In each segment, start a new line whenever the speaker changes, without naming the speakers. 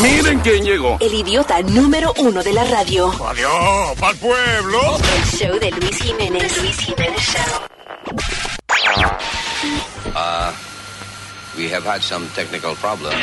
Miren quién llegó.
El idiota número uno de la radio.
Adiós, pa'l pueblo.
El show de Luis Jiménez. Luis Jiménez Show.
Uh, we have had some technical problems.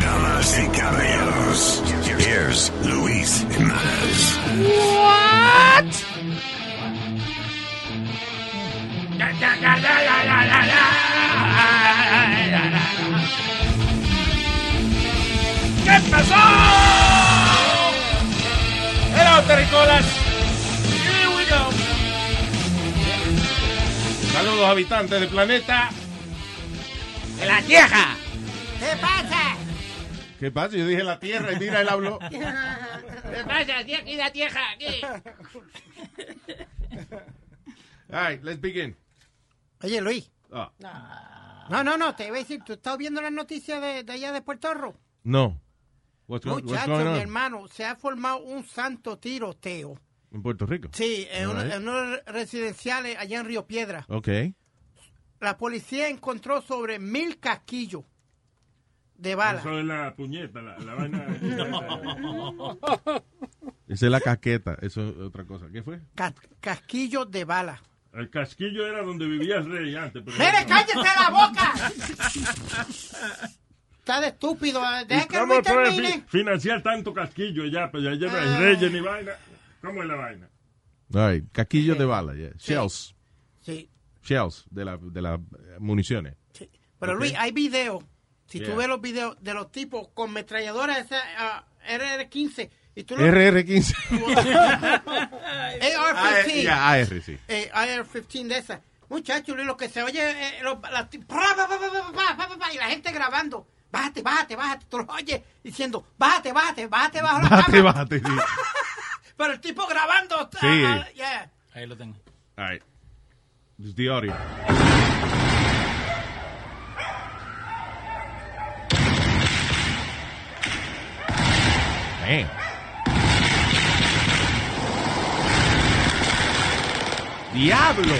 Damas y caballeros, here's Luis Jimenez.
¿Qué pasó? Hello, Terricolas. Here we go. Saludos, habitantes del planeta. ¡De la Tierra!
¿Qué pasa?
¿Qué pasa? Yo dije la Tierra y mira, él habló.
¿Qué pasa? Estoy aquí la tierra, aquí.
All right, let's begin.
Oye, Luis.
Ah,
No, no, no, te iba a decir, tú estás viendo las noticias de, de allá de Puerto Rico.
no. What's, go- what's
Muchachos,
going
mi
on?
hermano, se ha formado un santo tiroteo.
En Puerto Rico.
Sí, en,
All
uno-
right.
en unos residenciales allá en Río Piedra.
Okay.
La policía encontró sobre mil casquillos de balas.
Eso es la puñeta, la, la vaina.
Esa es la casqueta. Eso es otra cosa. ¿Qué fue?
Ca- casquillos de balas.
El casquillo era donde vivías rey antes. Pero
¡Mire, cállese la boca! Está de estúpido. ¿eh? Deja que
¿Cómo
Luis
puede
termine.
fi- financiar tanto casquillo ya? Pues ya no
Ah.
hay reyes ni vaina. ¿Cómo es la vaina?
All right. Casquillos de bala. yeah.
Sí.
Shells.
Sí,
Shells de las de las eh, municiones.
sí. Pero
Ok.
Luis, hay videos. Si
Yeah.
tú ves los videos de los tipos con metralladoras esa, ah, RR15 y tú los-
RR15.
E,
Ah, eh,
AR-15,
yeah, AR, sí.
eh, AR-15 de esas. Muchachos, Luis, lo que se oye, eh, los- las ti- pra, pa, pa, pa, pa, pa, pa, pa, pa, y la gente grabando. Bájate, bájate, bájate. Tú los oyes diciendo, bájate, bájate, bájate bajo la
Bájate,
cama.
bájate. Sí.
Pero el tipo grabando.
Sí.
ah, yeah.
Ahí lo tengo.
All right. It's the audio. Man. Diablo.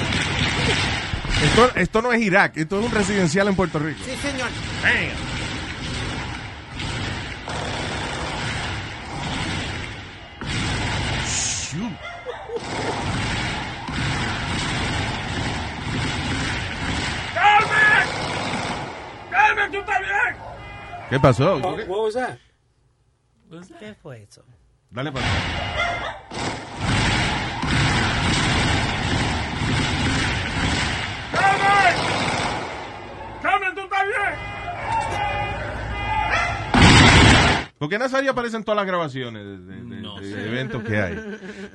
Esto, esto no es Irak, esto es un residencial en Puerto Rico.
Sí, señor.
Man. Shoot.
¡Carmen! ¡Carmen, tú también!
¿Qué pasó? ¿Qué-
What was that?
¿Qué fue eso?
Dale para atrás.
¡Carmen! ¡Carmen, tú también!
¿Por qué Nazario aparece en todas las grabaciones de, de- de-
No
de
sé.
eventos que hay?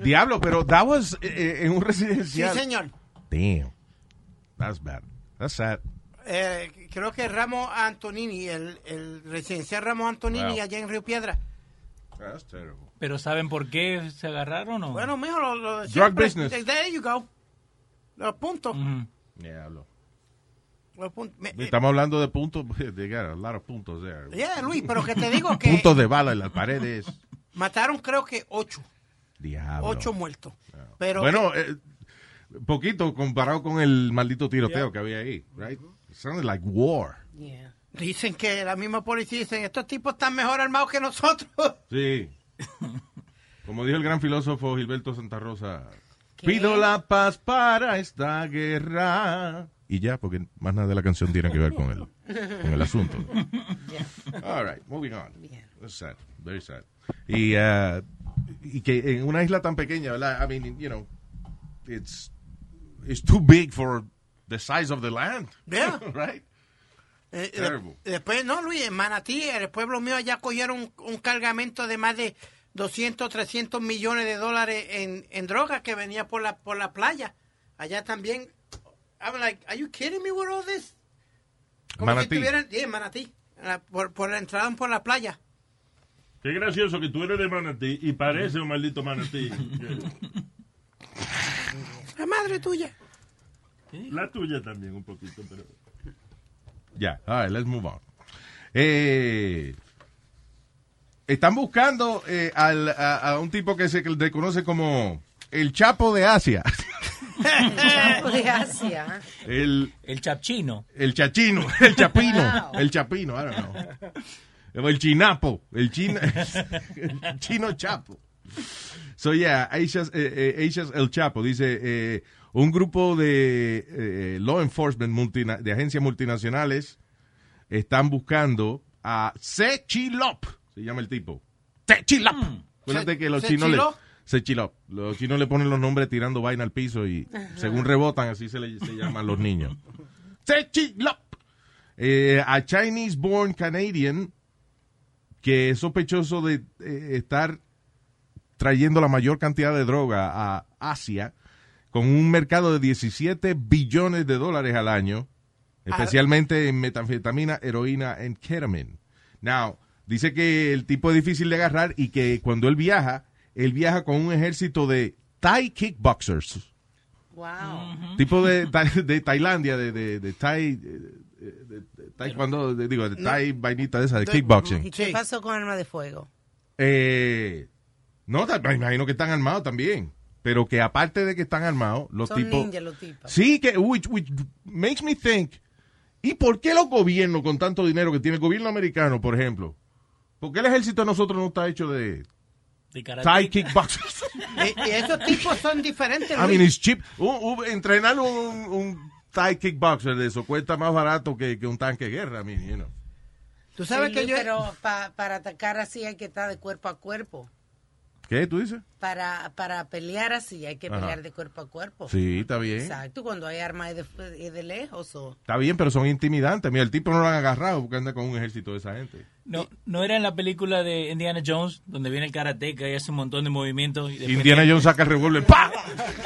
Diablo, pero that was eh, eh, en un
Sí,
residencial.
señor.
Damn. That's bad. That's sad.
Eh, creo que Ramos Antonini, el, el residencial Ramos Antonini
Wow.
allá en Río Piedra.
That's terrible.
¿Pero saben por qué se agarraron o...?
Bueno, mijo, lo, lo de
Drug
siempre.
business.
There you go. Los puntos.
Ujú.
Diablo.
Los puntos. Me- eh,
Estamos hablando de puntos. They got a lot of puntos there.
yeah, Luis, pero que te digo que
Puntos de bala en las paredes.
mataron creo que ocho.
Diablo.
Ocho muertos. Pero
Ah, bueno, eh, poquito comparado con el maldito tiroteo que había ahí. Right? It sounded like war.
dicen que la misma policía dicen, estos tipos están mejor armados que nosotros.
Sí. Como dijo el gran filósofo Gilberto Santa Rosa, pido la paz para esta guerra. Y ya, porque más nada de la canción tiene que ver con el, con el asunto. All right, moving on. That's sad, very sad. Y, ah, y que en una isla tan pequeña, ¿verdad? I mean, you know, it's, it's too big for the size of the land,
Yeah.
right?
Eh, eh,
Terrible.
después, no, Luis, en Manatí, en el pueblo mío, allá cogieron un, un cargamento de más de 200, 300 millones de dólares en, en drogas que venía por la, por la playa. Allá también. I'm like, are you kidding me with all this? Como
Manatí.
Si estuvieran- sí, en Manatí. en la- por, por la entrada por la playa.
Qué gracioso que tú eres de manatí y parece un maldito manatí.
La madre tuya.
La tuya también un poquito, pero...
Yeah, all right, let's move on. Eh, están buscando eh, al- a, a un tipo que se le conoce como el Chapo de Asia.
Eh. de Asia.
El,
El chapchino.
el Chachino, el Chapino, el Chapino, I don't know. El Chinapo, el, chin- el Chino Chapo. So yeah, Asia's, eh, eh, Asia's El Chapo, dice, eh, un grupo de eh, law enforcement, multina- de agencias multinacionales, están buscando a Sechilop, se llama el tipo. Sechilop. Acuérdate que los
Hmm. Se-
chinos le...
Sechilop.
Sechilop. Los chinos le ponen los nombres tirando vaina al piso y según rebotan, así se le se llaman los niños. Sechilop. Eh, a Chinese-born Canadian que es sospechoso de eh, estar trayendo la mayor cantidad de droga a Asia con un mercado de 17 billones de dólares al año, especialmente en metanfetamina, heroína y ketamine. Now, dice que el tipo es difícil de agarrar y que cuando él viaja, él viaja con un ejército de Thai kickboxers,
Wow.
tipo de, Tha- de Tailandia, de, de, de Thai, eh, eh, de- de taekwondo, de- digo, de Thai vainita de esa, de kickboxing.
¿Y qué
Sí.
pasó con arma de fuego?
Eh, no, ta- me imagino que están armados también. Pero que aparte de que están armados, los
Son
tipos.
ninjas los tipos.
Sí, que. Which, which makes me think. ¿Y por qué los gobiernos con tanto dinero que tiene el gobierno americano, por ejemplo? ¿Por qué el ejército de nosotros no está hecho de
De karate.
Thai kickboxers?
Y, y esos tipos son diferentes.
I mean,
Luis.
it's cheap. Un- un- entrenar un, un Thai kickboxer de eso cuesta más barato que, que un tanque de guerra, I mean, you know.
Tú sabes
Sí,
que yo...
Pero pa- para atacar así hay que estar de cuerpo a cuerpo.
¿Qué tú dices?
Para, para pelear así hay que
Ajá.
pelear de cuerpo a cuerpo.
Sí, está bien.
Exacto, cuando hay armas es de, es de lejos. O...
Está bien, pero son intimidantes. Mira, el tipo no lo han agarrado porque anda con un ejército de esa gente.
No, no era en la película de Indiana Jones, donde viene el karateca y hace un montón de movimientos. y después-
Indiana Jones saca el revólver, ¡pa!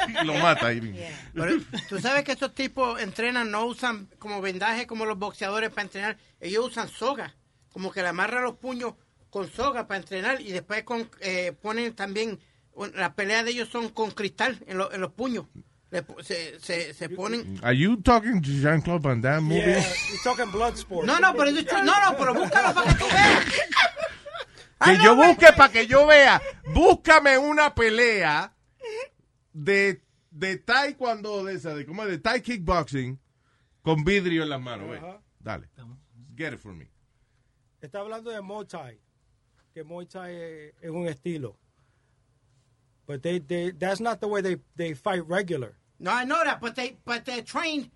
Y lo mata. Y-
Pero, e-, Tú sabes que estos tipos entrenan, no usan como vendaje como los boxeadores para entrenar. Ellos usan soga, como que le amarran los puños con soga para entrenar y después con, eh, ponen también, un- las peleas de ellos son con cristal en, lo- en los puños. Le pu- se, se, se ponen...
Are you talking to Jean-Claude Van Damme movie?
No, no, pero, eso- no, no, pero búscalo para que tú veas. Ah,
Que yo busque para que yo vea. Búscame una pelea de, de taekwondo, de esa, de, ¿cómo es? De thai kickboxing con vidrio en las manos. ve. Dale. Get it for me.
Está hablando de Muay Thai, que Muay Thai es, es un estilo. But they, they, that's not the way they, they fight regular.
No, I know that, but they, but they're trained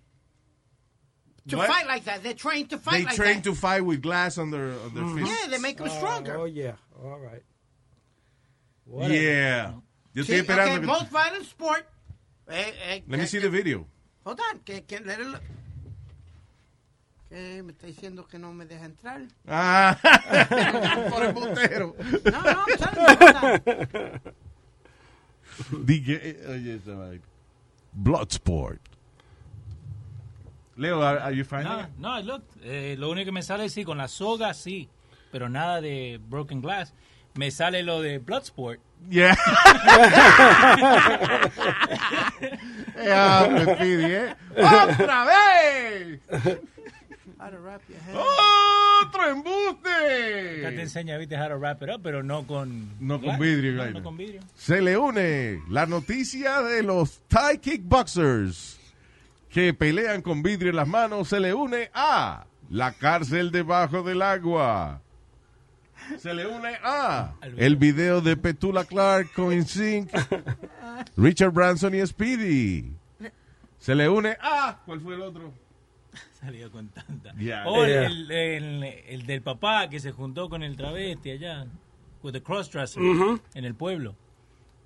to
What?
fight like that. They're trained to fight
They
like
train
that.
to fight with glass on their, on their fists.
Yeah, they make them stronger.
Oh, yeah. All right.
Yeah.
Whatever.
Yo
Sí,
estoy esperando
okay,
que-
most violent sport. Eh, eh,
Let me
eh,
see the video.
Hold on, que, que, let it look. Que me está diciendo que no me deja entrar.
Ah, por el putero.
No, no, I'm telling you, hold on.
Dije, eh, oye, esa vaina. Bloodsport. Leo, are, are you fine?
No, no, look, eh, lo único que me sale sí, con la soga sí, pero nada de broken glass. Me sale lo de Bloodsport.
Yeah. Ya, me pide, ¿eh? ¡Otra vez!
How to wrap your head.
Acá
¡Otro
te
embuste!
enseña, viste, how to wrap it up, pero no con...
No con
glass.
vidrio,
No,
vaina.
no con vidrio.
Se le une la noticia de los Thai kickboxers que pelean con vidrio en las manos. Se le une a la cárcel debajo del agua. Se le une a el video de Petula Clark con Sync, Richard Branson y Speedy. Se le une a. ¿Cuál fue el otro?
Salió con tanta.
Yeah.
O el-
Yeah.
el, el- el del papá que se juntó con el travesti allá, con el crossdresser, en el pueblo.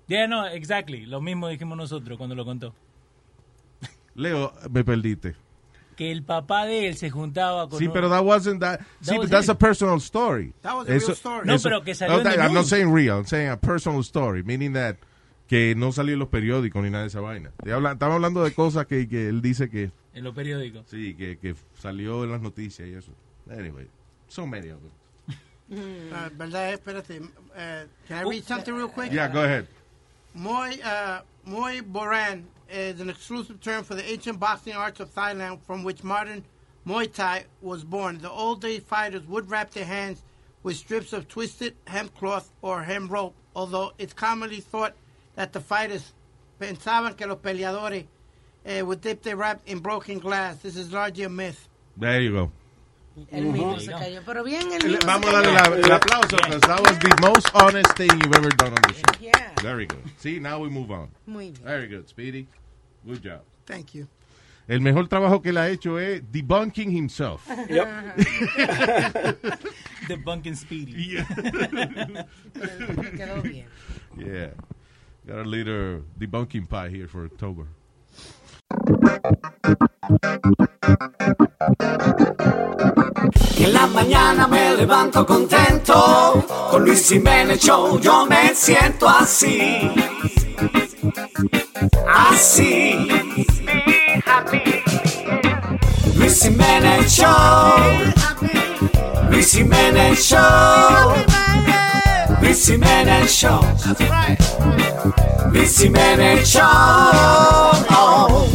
Yeah, no, exactly. Lo mismo dijimos nosotros cuando lo contó.
Leo, me perdiste.
Que el papá de él se juntaba con.
Sí,
un-
pero that wasn't that. sí,
was
but that's
it.
a personal story.
That was a real story.
No, pero que salió en
that-
el
I'm not
news.
saying real, I'm saying a personal story, meaning that que no salió en los periódicos ni nada de esa vaina. Te habla- Estaba hablando de cosas que, que él dice que
En los periódicos.
sí, que, que salió en las noticias y eso. Anyway, so many of them.
Ah, ¿Verdad? Espérate. eh, can I read something real quick?
Yeah, go ahead.
Moy, uh, Moy Boran is an exclusive term for the ancient boxing arts of Thailand, from which modern Muay Thai was born, the old day fighters would wrap their hands with strips of twisted hemp cloth or hemp rope, although it's commonly thought that the fighters pensaban que los peleadores eh, would dip their wrap in broken glass. This is largely a myth.
There you go.
El mismo se cayó. Pero bien, el mismo
Vamos
se
a darle
cayó.
la, el aplauso, because that was the most honest thing you've ever done on the show.
Yeah.
Very good. See, now we move on.
Muy bien.
Very good, Speedy. Good job.
Thank you.
El mejor trabajo que él ha hecho es debunking himself.
The Bunkin' Speedy.
Yeah.
Me quedó bien.
yeah. Got a little debunking pie here for October.
En la mañana me levanto contento, con Luis Jiménez Show yo me siento así. Así. Luis Jiménez Show. Luis Jiménez Show. Luis Jiménez Show. Luis Jiménez Show. Oh.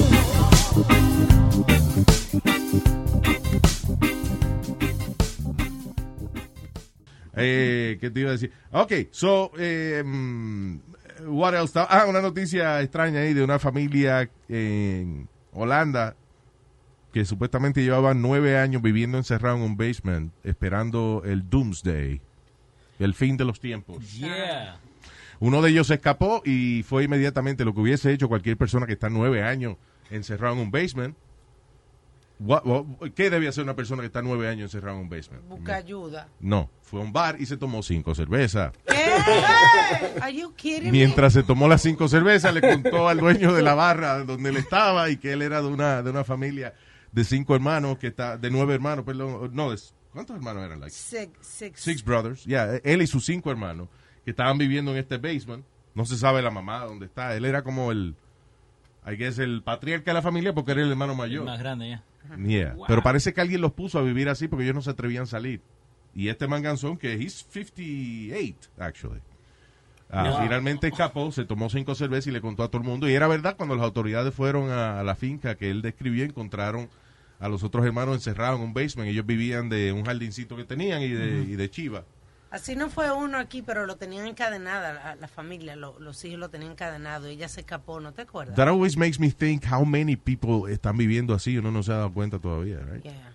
Eh, ¿Qué te iba a decir? Ok, so, eh, mm, what else? Ah, una noticia extraña ahí de una familia en Holanda que supuestamente llevaba nueve años viviendo encerrado en un basement esperando el doomsday, el fin de los tiempos.
Yeah.
Uno de ellos se escapó y fue inmediatamente lo que hubiese hecho cualquier persona que está nueve años encerrado en un basement. What- what- ¿Qué debe hacer una persona que está nueve años encerrado en un basement?
Busca ayuda.
No, fue a un bar y se tomó cinco cervezas.
Hey, Are you kidding me?
Mientras se tomó las cinco cervezas, le contó al dueño de la barra donde él estaba y que él era de una, de una familia de cinco hermanos, que está, de nueve hermanos, perdón, no, de- ¿cuántos hermanos eran? Like,
Six, six.
Six brothers, yeah, él y sus cinco hermanos, que estaban viviendo en este basement. No se sabe la mamá dónde está. Él era como el, I guess, el patriarca de la familia porque era el hermano
El
mayor.
más grande, ya.
Yeah. Pero parece que alguien los puso a vivir así porque ellos no se atrevían a salir. Y este manganzón, que he's 58, actually. Ah, Finalmente escapó, se tomó cinco cervezas y le contó a todo el mundo. Y era verdad, cuando las autoridades fueron a, a la finca que él describió, encontraron a los otros hermanos encerrados en un basement. Ellos vivían de un jardincito que tenían y de, y de chiva.
Así no fue uno aquí, pero lo tenían encadenada la, la familia, lo- los hijos lo tenían encadenado. Ella se escapó, ¿no te acuerdas?
That always makes me think how many people están viviendo así. Uno no se ha dado cuenta todavía, right?
Yeah.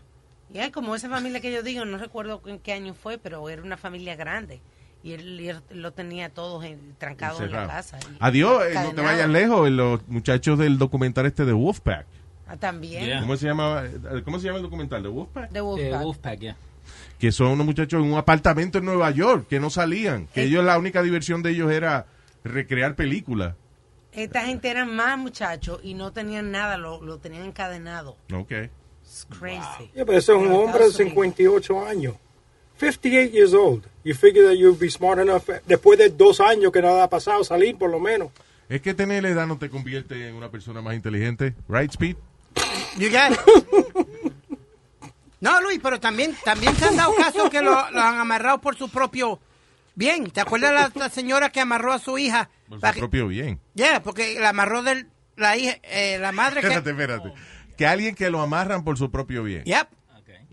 Yeah, como esa familia que yo digo, no recuerdo en qué año fue, pero era una familia grande. Y él, y él lo tenía todos en- trancados en la
Encerrado.
casa. y-
Adiós, eh, no te
encadenado.
vayas lejos. eh, Los muchachos del documental este de Wolfpack.
Ah, también.
Yeah.
¿Cómo se llama? ¿Cómo se llama el documental de Wolfpack?
De
Eh,
Wolfpack.
Wolfpack, ya.
Que son unos muchachos en un apartamento en Nueva York que no salían, que ellos la única diversión de ellos era recrear películas.
Esta gente eran más muchachos y no tenían nada, lo, lo tenían encadenado.
Ok.
It's crazy.
Yeah, pero ese es un
Pero
hombre de
Estados Unidos.
58 años. 58 years old. You figure that you'd be smart enough eh, después de dos años que nada ha pasado salir por lo menos.
Es que tener la edad no te convierte en una persona más inteligente, right Speed?
You got it. No, Luis, pero también, también se han dado casos que lo, lo han amarrado por su propio bien. ¿Te acuerdas la, la señora que amarró a su hija?
Por
Para
su
que-
propio bien.
Yeah, porque la amarró del, la hija, eh, la madre que...
Espérate, espérate. Que alguien que lo amarran por su propio bien.
Yep.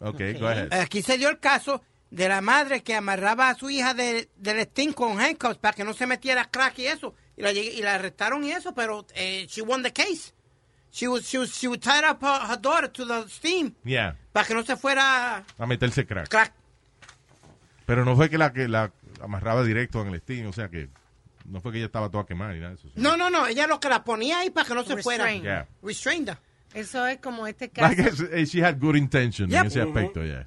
Okay.
Ok, go ahead.
Aquí se dio el caso de la madre que amarraba a su hija de- del sting con handcuffs para que no se metiera crack y eso. Y la, lleg- y la arrestaron y eso, pero eh, she won the case. She was, she was, she was tied up her, her daughter to the steam
Yeah,
para que no se fuera
a meterse crack.
crack.
Pero no fue que la que la amarraba directo en el steam, o sea que no fue que ella estaba toda quemada ni nada de eso.
No, no, no. Ella lo que la ponía ahí para que no se
Restrain.
fuera.
Yeah.
Restrained. her.
Eso es como este
I
caso.
guess eh, she had good intention
Yep.
en ese aspecto, yeah.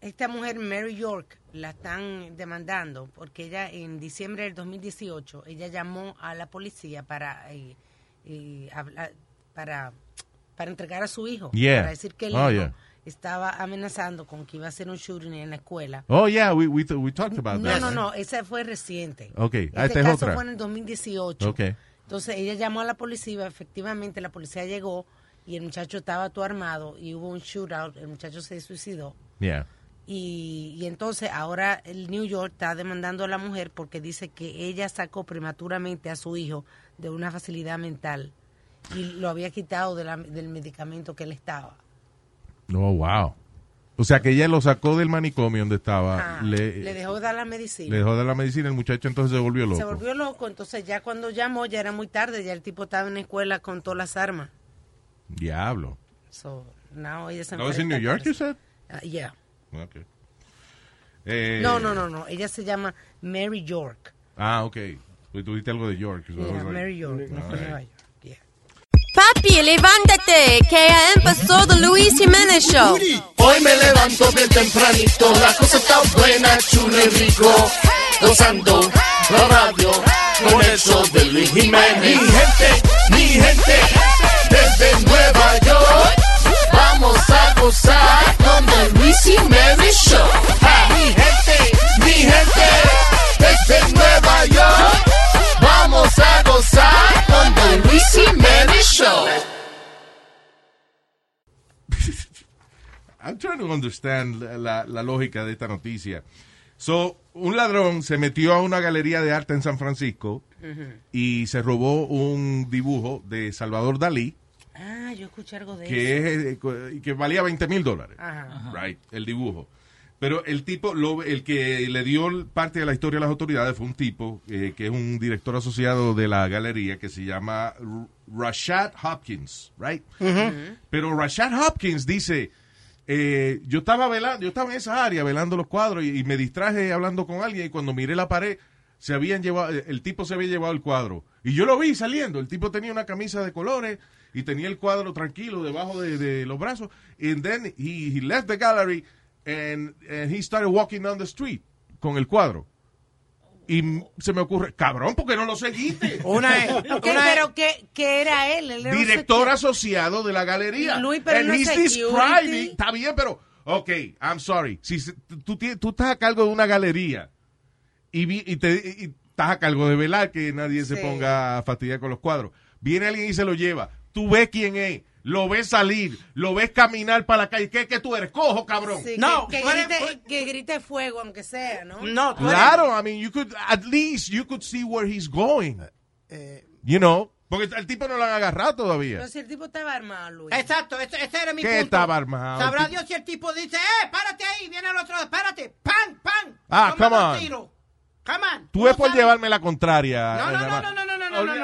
Esta mujer, Mary York, la están demandando porque ella en diciembre del 2018, ella llamó a la policía para eh, eh, habla- para, para entregar a su hijo.
Yeah.
Para decir que el hijo
Oh, yeah.
estaba amenazando con que iba a hacer un shooting en la escuela.
Oh, yeah, we, we, we talked about
No,
that.
no,
right?
no, esa fue reciente.
Ok,
Este
ah, esta es
caso
otra.
fue en el 2018.
Ok.
Entonces ella llamó a la policía, efectivamente la policía llegó y el muchacho estaba todo armado y hubo un shootout, el muchacho se suicidó.
Yeah.
Y, y entonces ahora el New York está demandando a la mujer porque dice que ella sacó prematuramente a su hijo de una facilidad mental y lo había quitado de la- del medicamento que él estaba.
No, wow. O sea que ella lo sacó del manicomio donde estaba.
Ah,
le,
le dejó dar la medicina.
le dejó dar la medicina. El muchacho entonces se volvió loco.
Se volvió loco, entonces ya cuando llamó ya era muy tarde, ya el tipo estaba en la escuela con todas las armas.
Diablo.
So, now ella se
That was in
enfrenta
New York,
por
you
eso.
said?
Ah, yeah.
Okay. Eh,
No, no, no, no. Ella se llama Mary York.
Ah, ok. Pues tuviste algo de York. so I was
Yeah,
like-
Mary York. no
All
fue
right.
Nueva York. Yeah.
Papi, levántate, que ya empezó The Luis Jiménez Show.
Hoy me levanto bien tempranito, la cosa está buena, chulo y rico. Gozando la radio con el show de Luis Jiménez. Mi gente, mi gente, desde Nueva York, vamos a gozar con el Luis Jiménez Show. Ah, Mi gente, mi gente, desde Nueva York, vamos a gozar con el Luis Jiménez Show.
I'm trying to understand la, la- la lógica de esta noticia. So, un ladrón se metió a una galería de arte en San Francisco y se robó un dibujo de Salvador Dalí
Ah, yo escuché algo de
que,
eso.
es, eh, co- que valía 20 mil dólares.
Ajá. Ajá.
Right, el dibujo. Pero el tipo, lo- el que le dio parte de la historia a las autoridades fue un tipo eh, que es un director asociado de la galería que se llama R- Rashad Hopkins, right? Pero Rashad Hopkins dice, eh, yo estaba velando, yo estaba en esa área velando los cuadros y, y me distraje hablando con alguien y cuando miré la pared se habían llevado, eh, el tipo se había llevado el cuadro y yo lo vi saliendo. El tipo tenía una camisa de colores y tenía el cuadro tranquilo debajo de, de los brazos. And then he, he left the gallery and, and he started walking down the street con el cuadro. Y m- se me ocurre, cabrón, porque no lo seguiste?
Una,
¿Qué, pero qué, qué era él? Él era un
director asociado de la galería.
Luis, pero
And
no
he's
security.
describing- está bien, pero, ok, I'm sorry. Si se- tú, ti- tú estás a cargo de una galería y, vi- y te, y- y estás a cargo de velar que nadie se
Sí.
ponga a fastidiar con los cuadros. Viene alguien y se lo lleva. Tú ves quién es. Lo ves salir, lo ves caminar para la calle. ¿Qué que tú eres? Cojo, cabrón.
Sí, que, que, grite, que grite fuego, aunque sea, ¿no?
claro. I mean, you could, at least you could see where he's going. you know, porque el tipo no lo han agarrado todavía.
Pero si el tipo estaba armado, Luis.
Exacto, ese, ese era mi
¿Qué
punto.
estaba armado?
Sabrá
El tipo-
Dios si el tipo dice, eh, párate ahí, viene el otro, párate, pan, pan.
Ah,
Toma
come
dos
on.
tiros. Come on.
Tú es por llevarme la contraria.
No, no,
eh, nada
no,
más.
no, no, no, no, no, no, no.
No,
Uno-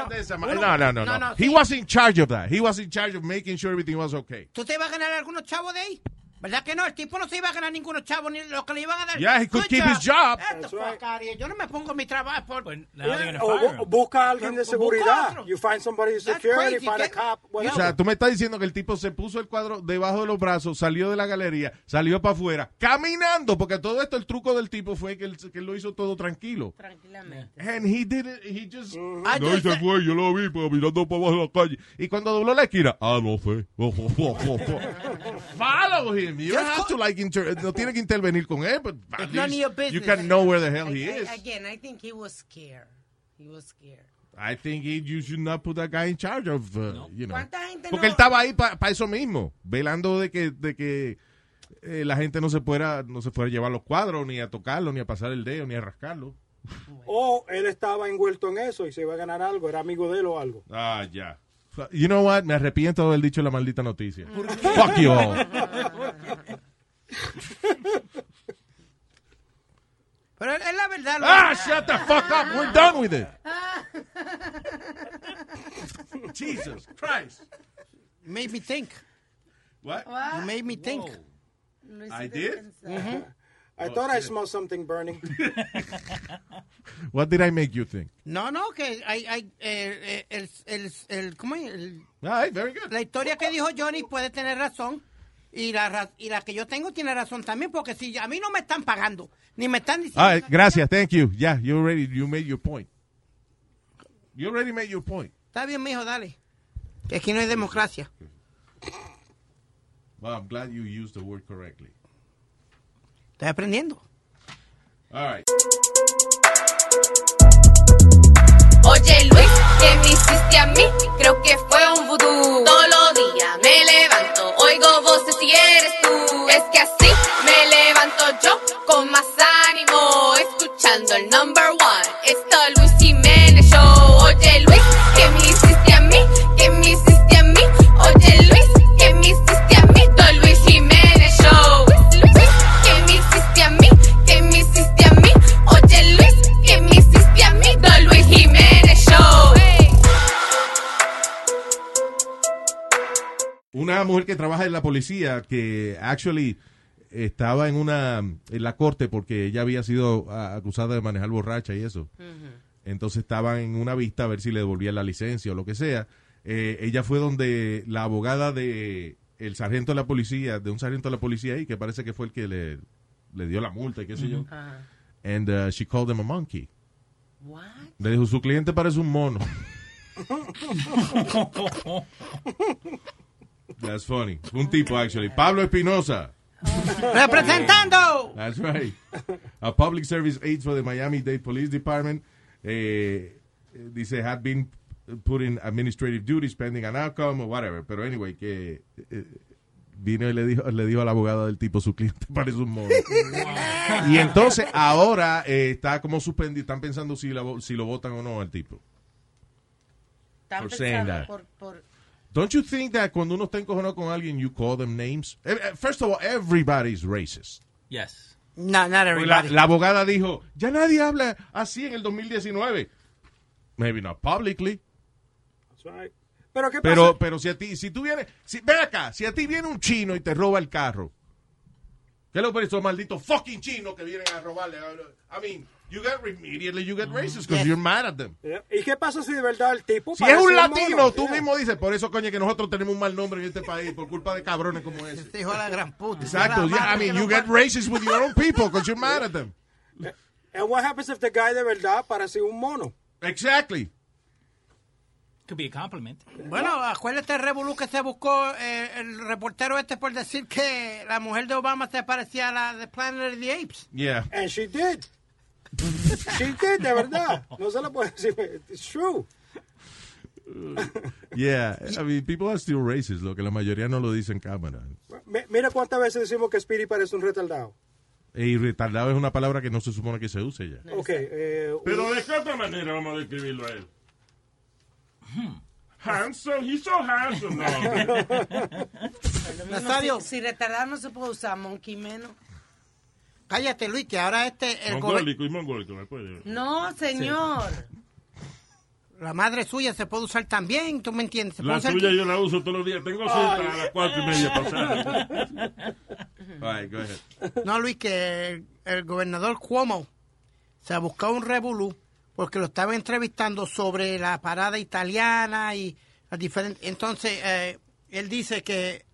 no, no, no. He was in charge of that. He was in charge of making sure everything was okay.
¿Tú te ibas a ganar algunos chavos de ahí? ¿Verdad que no? El tipo no se iba a ganar ningunos chavos, ni lo que le iban a dar.
Yeah, he could
Good
keep his job.
Get the fuck out of here. Yo no me pongo mi trabajo por...
O bu- busca a alguien de
Busca
seguridad.
otro.
You find somebody in
That's
security,
crazy.
find a
Get-
cop,
O
whatever.
sea, tú me estás diciendo que el tipo se puso el cuadro debajo de los brazos, salió de la galería, salió para afuera, caminando, porque todo esto, el truco del tipo fue que él, que él lo hizo todo tranquilo.
Tranquilamente.
And he did it, he just...
Ah,
I
No,
just-
y se fue, yo lo vi, pero mirando para abajo de la calle. Y cuando dobló la esquina, ah, no fue. Follow him. You don't have to like, inter- no tiene que intervenir con él, but at
It's none of
least
your business.
you can know where the hell he
I-
is.
Again, I think he was scared. He was scared.
I think he- you should not put that guy in charge of, uh, you know.
¿Cuánta gente
Porque él
no-
estaba ahí para eso mismo, velando de que, de que eh, la gente no se fuera, no se fuera a llevar los cuadros, ni a tocarlos, ni a pasar el dedo, ni a rascarlo.
O él estaba envuelto en eso y se iba a ganar algo, era amigo de él o algo.
Ah, ya. You know what? Me arrepiento de haber dicho la maldita noticia. Fuck you all.
Pero es la verdad. Luis.
Ah, shut the fuck up. We're done with it. Jesus Christ.
Made me think.
What?
You made me think. Mm-hmm.
I did?
Mhm. I
Oh,
thought I
shit.
smelled something burning.
What did I make you think?
No, no, que hay, hay, eh, eh, el, el, el, ¿cómo es? El-
Ay, very good.
la historia que dijo Johnny puede tener razón y la, ra- y la que yo tengo tiene razón también porque si a mí no me están pagando ni me están diciendo
All right, gracias. Thank you. Yeah, you already you made your point. You already made your point.
está bien mijo dale que aquí no hay democracia
Well, I'm glad you used the word correctly.
estoy aprendiendo
All right.
Oye Luis, ¿qué me hiciste a mí? Creo que fue un vudú. Todos los días me levanto, oigo voces y eres tú. Es que así me levanto yo con más ánimo, escuchando el number one. Esto es Luis Jiménez Show. Oye Luis, ¿qué me hiciste a mí? ¿Qué me hiciste a mí? Oye Luis, ¿qué me hiciste a mí? Don Luis Jiménez
que trabaja en la policía que actually estaba en una en la corte porque ella había sido ah, acusada de manejar borracha y eso. Entonces estaban en una vista a ver si le devolvían la licencia o lo que sea. Eh, ella fue donde la abogada de el sargento de la policía, de un sargento de la policía ahí, que parece que fue el que le, le dio la multa y qué sé yo.
Ajá.
And uh, she called him a monkey.
What?
Le dijo, su cliente parece un mono. That's funny. Un tipo, actually. Pablo Espinosa.
Representando.
That's right. A public service aide for the Miami-Dade Police Department. Eh, dice, had been put in administrative duties pending an outcome or whatever. Pero anyway, que eh, vino y le dijo, le dijo al abogado del tipo, su cliente parece un mono. y entonces ahora eh, está como suspendido. Están pensando si, la vo- si lo votan o no al tipo.
Están
Por saying
pensando
that.
por- por-
Don't you think that cuando uno está encojonado con alguien, you call them names? Eh, eh, First of all, everybody's racist.
Yes.
No, not
Pues La,
everybody.
la abogada dijo, ya nadie habla así en el 2019. Maybe not publicly.
Pero qué pasa?
Pero, pero si a ti, si tú vienes, si, ven acá, si a ti viene un chino y te roba el carro, ¿qué lo esos malditos fucking chinos que vienen a robarle? I mean, you get immediately you get racist because you're mad at them.
¿Y qué pasa si de verdad el tipo
Si es
parece
un latino,
mono?
tú
Yeah.
mismo dices, por eso coño que nosotros tenemos un mal nombre en este país por culpa de cabrones como ese.
Este
Hijo de la gran puta.
Exacto.
La
Yeah, I
madre
mean,
que
you
lo
get racist with your own people because you're mad at them.
And what happens if the guy de verdad parece un mono?
Exactly.
Could be a compliment.
Bueno, acuérdate el revolú que se buscó eh, el reportero este por decir que la mujer de Obama se parecía a la de Planet of the Apes.
Yeah.
And Eh, she did. she did, de verdad. No se lo puedo decir. It's true.
Uh. Yeah. I mean, people are still racist, lo que la mayoría no lo dice en cámara.
Mi- Mira cuántas veces decimos que Speedy parece un retardado.
Y retardado E es una palabra que no se supone que se use ya.
Ok. eh, un-
Pero de qué otra manera vamos a describirlo a él. Handsome, he's so handsome. No.
Nazario. Si, si retardado no se puede usar, monkey menos.
Cállate, Luis, que ahora este. El gobe-
mongólico y mongólico, ¿me puede?
No, señor.
la madre suya se puede usar también, ¿tú me entiendes? Se puede
La
usar-
suya yo la uso todos los días. Tengo cita a las cuatro y media pasada.
go ahead.
No, Luis, que el, el gobernador Cuomo se ha buscado un revolú porque lo estaba entrevistando sobre la parada italiana y las diferentes... Entonces, eh, él dice que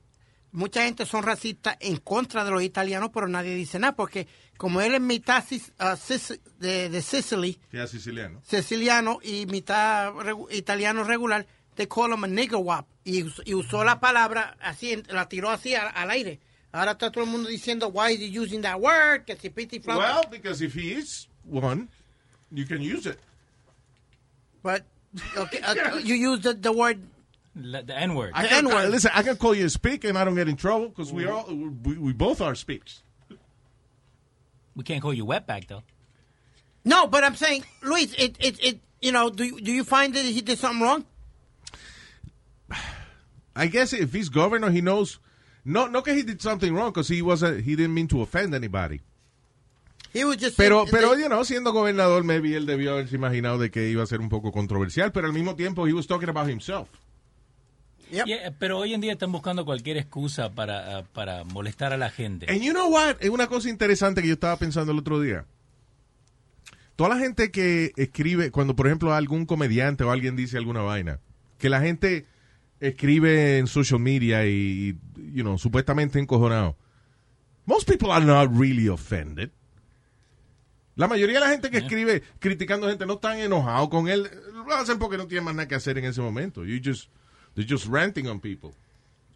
mucha gente son racistas en contra de los italianos, pero nadie dice nada porque como él es mitad sis- ah, sis- de, de Sicily,
Que es siciliano.
siciliano y mitad regu- italiano regular, they call him a nigger wap. Y, us- y usó la palabra así, en- la tiró así al, al aire. Ahora está todo el mundo diciendo, why is he using that word? Que si piti flauta.
Well, because if he is one, you can use it.
But, okay, uh, you used the, the word.
La- the N-word.
I can, I- listen, I can call you a speak and I don't get in trouble because we all we, we both are speaks.
We can't call you wetback, though.
No, but I'm saying, Luis, it, it, it, you know, do, you- do you find that he did something wrong?
I guess if he's governor, he knows. No, no que he did something wrong because he wasn't. He didn't mean to offend anybody.
He was just
Pero, pero, you know, siendo gobernador, maybe él debió haberse imaginado de que iba a ser un poco controversial, pero al mismo tiempo, he was talking about himself.
Yeah, pero hoy en día están buscando cualquier excusa para, ah, para molestar a la gente.
And you know what? Es una cosa interesante que yo estaba pensando el otro día. Toda la gente que escribe, cuando por ejemplo algún comediante o alguien dice alguna vaina, que la gente escribe en social media y, you know, supuestamente encojonado. Most people are not really offended. La mayoría de la gente que escribe criticando a gente no están enojados con él. Lo hacen porque no tienen más nada que hacer en ese momento. You just, they're just ranting on people.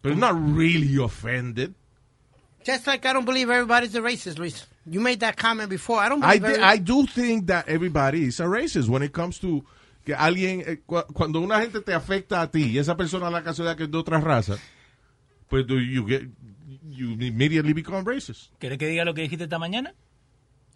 But not really offended.
Just like I don't believe everybody's a racist, Luis. You made that comment before. I don't
I,
believe
di-
every-
I do think that everybody is a racist when it comes to que alguien, eh, cu- cuando una gente te afecta a ti y esa persona la casualidad que es de otra raza, pues do you get, you immediately become racist.
¿Quieres que diga lo que dijiste esta mañana?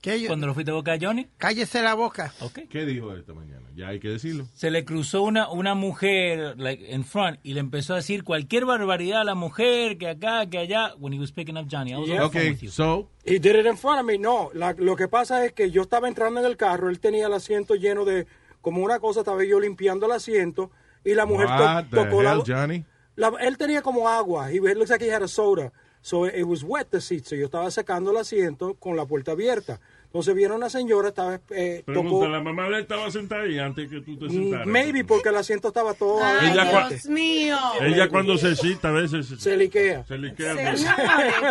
¿Qué yo-
Cuando lo fuiste a boca a Johnny.
Cállese la boca.
¿Qué dijo esta mañana? Ya hay que decirlo.
Se le cruzó una, una mujer like, in front y le empezó a decir cualquier barbaridad a la mujer, que acá, que allá. When he was picking up Johnny, I was on the phone
Okay,
with you.
so,
He did it in front of me. No, la- lo que pasa es que yo estaba entrando en el carro, él tenía el asiento lleno de como una cosa, estaba yo limpiando el asiento y la mujer to-
what the
tocó la
hell, Johnny?
La- él tenía como agua. He, it looks like he had a soda. So it was wet the seat. So yo estaba sacando el asiento con la puerta abierta. Entonces vieron a una señora, estaba... eh,
Pregunta,
tocó,
la mamá de él estaba sentada ahí antes que
Mm,
tú te sentaras.
maybe porque el asiento estaba todo...
Ay, Ella cua- Dios
mío.
Ella cuando se cita a veces se
liquea.
Se liquea.
Señores,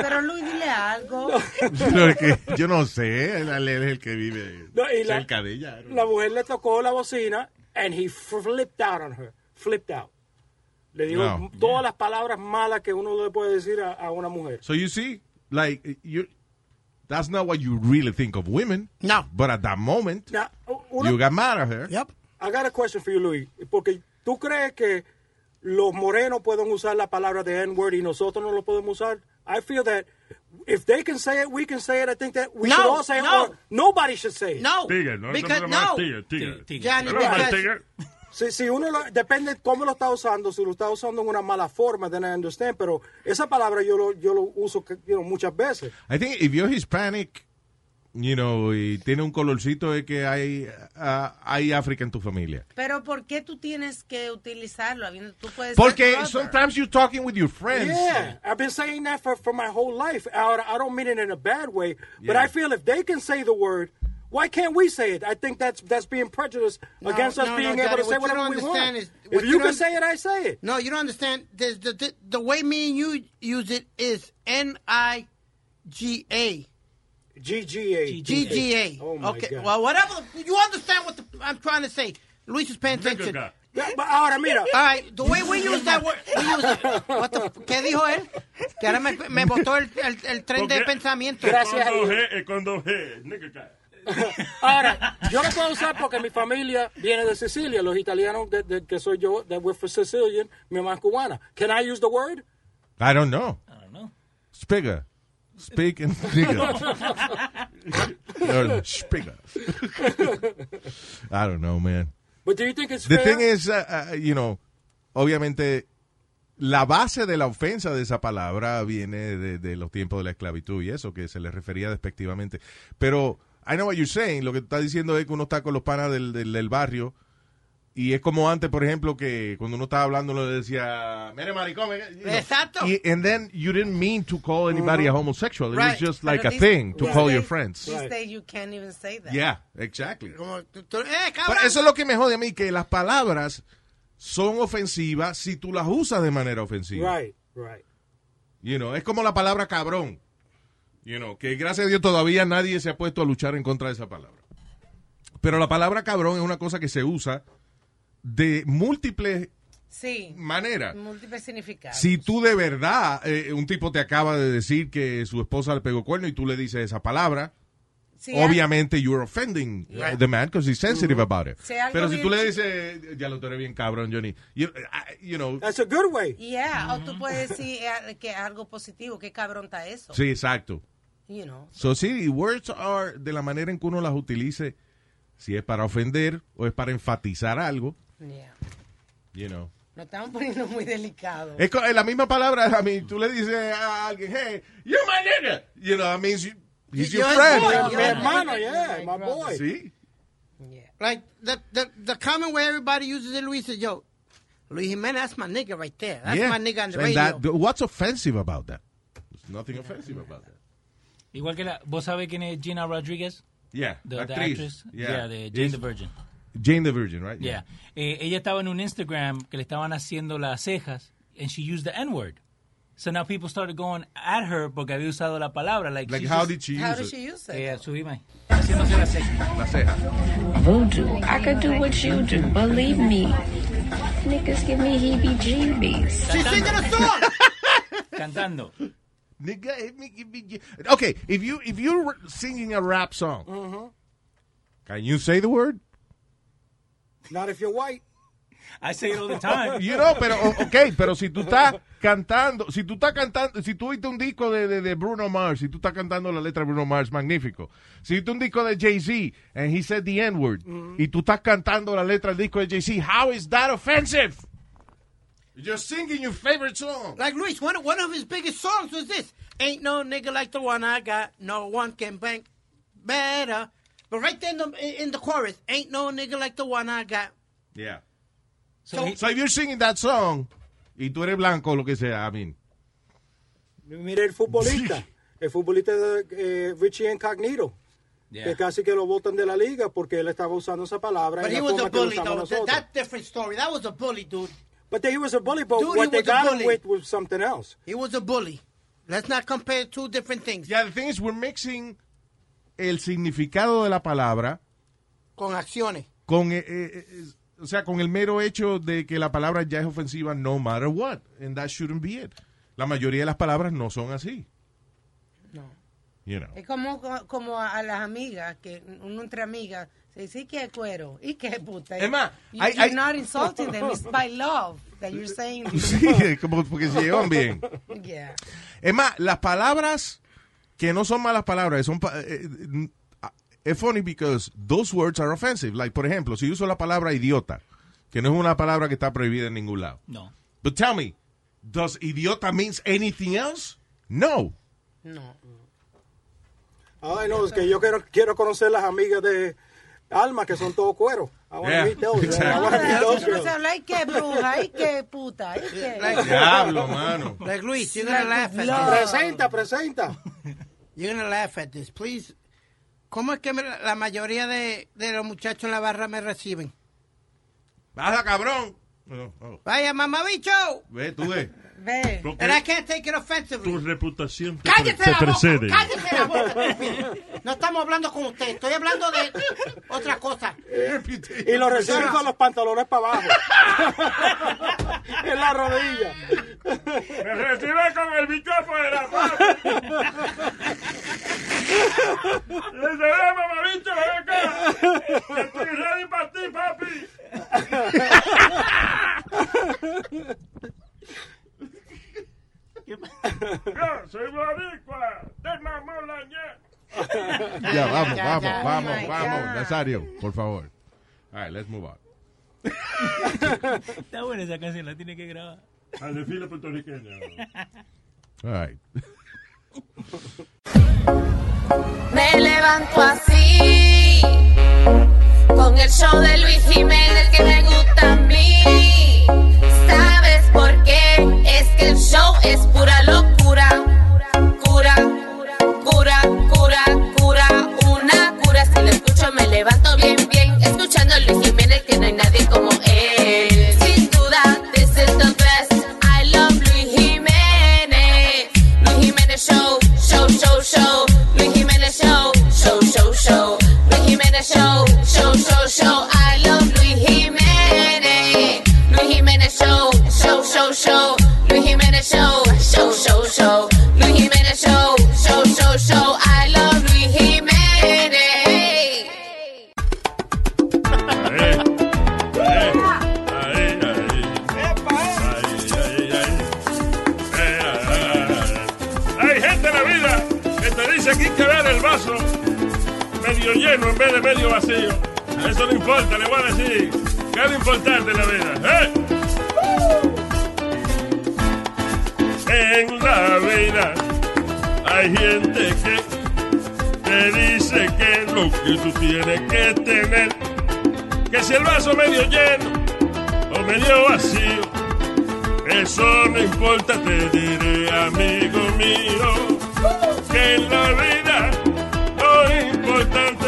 pero Luis, dile algo.
Pero es que yo no sé, él él es el que vive
No, y la-
cerca de ella.
La mujer le tocó la bocina and he flipped out on her. Flipped out. Le dijo
No.
todas las palabras malas que uno le puede decir a, a una mujer.
So you see, like, you, that's not what you really think of women.
No.
But at that moment,
Now, uno-
you got mad at her.
I got a question for you, Luis. Porque tú crees que los morenos pueden usar la palabra de N-word y nosotros no lo podemos usar. I feel that if they can say it, we can say it. I think that we
No,
should all say
no.
it. or nobody should say it.
No.
Oh,
Tigre, no,
Because-
no,
no.
no, tigre, tigre.
Johnny,
Pero,
because-
tigre,
Si, si uno lo- depende cómo lo está usando, si lo está usando en una mala forma, then I understand, pero esa palabra yo lo, yo lo uso que- you know, muchas veces.
I think if you're Hispanic, you know, y tiene un colorcito de que hay, ah, hay África en tu familia.
Pero ¿por qué tú tienes que utilizarlo? Habiendo- Tú puedes
Porque
ser brother.
sometimes you're talking with your friends.
Yeah, I've been saying that for, for my whole life. Ahora, I don't mean it in a bad way, but
Yeah.
I feel if they can say the word, why can't we say it? I think that's that's being prejudiced
No,
against us
no, no,
being able to
Daddy,
say
what you
whatever
don't
we want.
understand is-
if
what
you,
you
can
don't-
say it, I say it.
No, you don't understand. There's the, the the way me and you use it is N I G A.
G G A.
G G A.
Oh, my
okay.
God.
Well, whatever. You understand what the, I'm trying to say. Luis is paying attention.
Nigga. Yeah, but ahora mira.
All right. The way we use that word. We use it. What the, ¿Qué dijo él? Que ahora me, me botó el, el, el tren de
porque-
pensamiento.
es con dos G, es con dos G, nigga, cara.
Ahora, yo lo puedo usar porque mi familia viene de Sicilia, los italianos de- de- que soy yo, that we're from Sicilian, mi mamá es cubana. Can I use the word?
I don't know. I don't know. Spiga. Speak and Or Spiga. I don't know, man.
But do you think it's
The
fair?
thing is, uh, uh, you know, obviamente la base de la ofensa de esa palabra viene de, de los tiempos de la esclavitud y eso, que se le refería despectivamente. Pero, I know what you're saying, lo que está diciendo es que uno está con los panas del, del- del barrio y es como antes, por ejemplo, que cuando uno estaba hablando le decía, mire maricón, mire", you know.
Exacto.
Y- and then you didn't mean to call anybody a homosexual. It was
Right.
just
Pero
like a
this-
thing to
this
call
day-
your friends.
These days you can't even say that.
Yeah, exactly.
Como tú- tú- eh,
Pero
cabrón.
eso es lo que me jode a mí, que las palabras son ofensivas si tú las usas de manera ofensiva.
Right, right.
You know, es como la palabra cabrón. You know, que gracias a Dios todavía nadie se ha puesto a luchar en contra de esa palabra. Pero la palabra cabrón es una cosa que se usa de múltiples...
Sí.
Manera.
Múltiples significados.
Si tú de verdad, eh, un tipo te acaba de decir que su esposa le pegó cuerno y tú le dices esa palabra,
Sí,
obviamente you're offending
Yeah.
the man because he's sensitive about it.
Sí, algo
Pero si
bien
tú le
chi-
dices, ya lo tenés bien cabrón, Johnny. You, I- you know.
That's a good way.
Yeah, o
Mm.
tú puedes decir eh, que algo positivo, qué cabrón está eso.
Sí, exacto.
You know.
So, sí, words are de la manera en que uno las utilice, si es para ofender o es para enfatizar algo,
Yeah.
you know.
Nos estamos poniendo muy delicados.
Es co- es la misma palabra, a mí, tú le dices a alguien, hey, you're my nigga. You know, that means you- he's your friend.
Mi hermano, yeah, my boy.
Sí.
Like the, the the common way everybody uses it, Luis is yo, Luis Jimenez, that's my nigga right there. That's
Yeah.
my nigga on the
And
radio.
that- what's offensive about that? There's nothing offensive about that.
Igual que la, ¿vos sabés quién es Gina Rodriguez?
Yeah,
The, the
actriz.
actress.
Yeah.
Yeah, de Jane
Is-
the Virgin.
Jane the Virgin, right?
Yeah. Eh, ella estaba en un Instagram que le estaban haciendo las cejas and she used the N-word. So now people started going at her porque había usado la palabra. Like,
Like, how did she How use did it?
she use
it? Yeah, subime. Haciéndose las cejas.
La ceja.
Voodoo. I could do what you do. Believe me. Niggas give me heebie jeebies.
She's singing a song.
Cantando.
Nigga, it make- it make- Okay, if you if you're singing a rap song, can you say the word?
Not if you're white.
I say it all the time.
You know, pero oh, o- ok, pero si tú estás cantando, si tú estás cantando, si tú oíste un disco de, de- de Bruno Mars, si tú estás cantando la letra de Bruno Mars, magnífico. Si oíste un disco de Jay-Z and he said the N-word
Mm-hmm.
y tú estás cantando la letra del disco de Jay-Z, how is that offensive? You're singing your favorite song.
Like Luis, one one of his biggest songs was this. Ain't no nigga like the one I got. No one can bank better. But right there in the, in the chorus, ain't no nigga like the one I got.
Yeah.
So-
so if you're singing that song y tú eres blanco o lo que sea, I mean.
Mire el futbolista, el futbolista de, eh, Richie Incognito,
Yeah.
que casi que lo votan de la liga porque él estaba usando esa palabra
But
en
he
la
was a
forma que
bully,
usamos
though. That,
nosotros.
that's different story. That was a bully, dude.
But he was a bully, but
Dude, he
what they
was a
got
bully.
him with was something else.
He was a bully. Let's not compare two different things.
Yeah, the thing is, we're mixing El significado de la palabra
con acciones.
con, eh, eh, eh, o sea, con el mero hecho de que la palabra ya es ofensiva no matter what, and that shouldn't be it. La mayoría de las palabras no son así.
No.
You know.
Es como, como a las amigas, que uno entre amigas se dice, "Y que cuero, y que puta.
Es más,
You-
hay-
you're
hay-
not insulting them, it's by love that you're saying.
Sí, como porque se llevan bien.
Yeah.
Es más, las palabras que no son malas palabras, son pa- eh, eh, es funny because those words are offensive. Like, por ejemplo, si uso la palabra idiota, que no es una palabra que está prohibida en ningún lado.
No.
But tell me, does idiota means anything else? No.
No.
Ay, no, es que yo quiero, quiero conocer las amigas de Alma, que son todo cuero. I wanna
Yeah,
meet those. I wanna meet
Pero
those
siempre
girls.
se habla, "Ay, que bruja, y que puta, y que...
Diablo, mano.
Like Luis, you're gonna laugh at
Love.
this.
Presenta, presenta.
You're gonna laugh at this, please. ¿Cómo es que me- la mayoría de, de los muchachos en la barra me reciben?
Baja, cabrón. No, oh,
Vaya, mamabicho.
ve, tú ve.
Ve.
And I can't take it offensively.
Tu reputación te, pre-
Cállese
te
la
precede.
boca, cállese la boca. Pepín. No estamos hablando con usted, estoy hablando de otra cosa.
Y lo reciben con los pantalones para abajo. en la rodilla.
Me recibe con el micrófono de la mano. Le dice, "Ve, mamabicho, ven acá. Que estoy ready para ti, papi. Yo soy boricua. Te mamó la ñe.
Ya, vamos,
Ya,
vamos,
ya.
vamos,
Oh my
vamos.
God.
Nazario, por favor. All right, let's move on.
Está buena esa canción, la tiene que grabar.
Al desfile puertorriqueño.
All right.
Me levanto así con el show de Luis Jiménez que me gusta a mí. ¿Sabes por qué? Es que el show es pura locura. Cura, cura, cura, cura, una cura. Si lo escucho me levanto bien, bien. Escuchando a Luis Jiménez que no hay nadie como él. Sin duda, this is the best. I love Luis Jiménez. Luis Jiménez Show, show, show, show. Luis Jiménez Show, show, show, show. Luis Jiménez Show, show, show, show. I love Luis Jiménez. Luis Jiménez Show, show, show, show. Luis Jiménez Show, show, show, show. Luis Jiménez Show, show, show, show. I love Luis Jiménez.
Hay gente en la vida que te dice que hay que ver el vaso medio lleno en vez de medio vacío. Eso no importa, le voy a decir. ¿Qué es lo importante en la vida? ¿Eh? En la vida hay gente que te dice que lo que tú tienes que tener, que si el vaso medio lleno o medio vacío, eso no importa, te diré amigo mío, que en la vida lo importante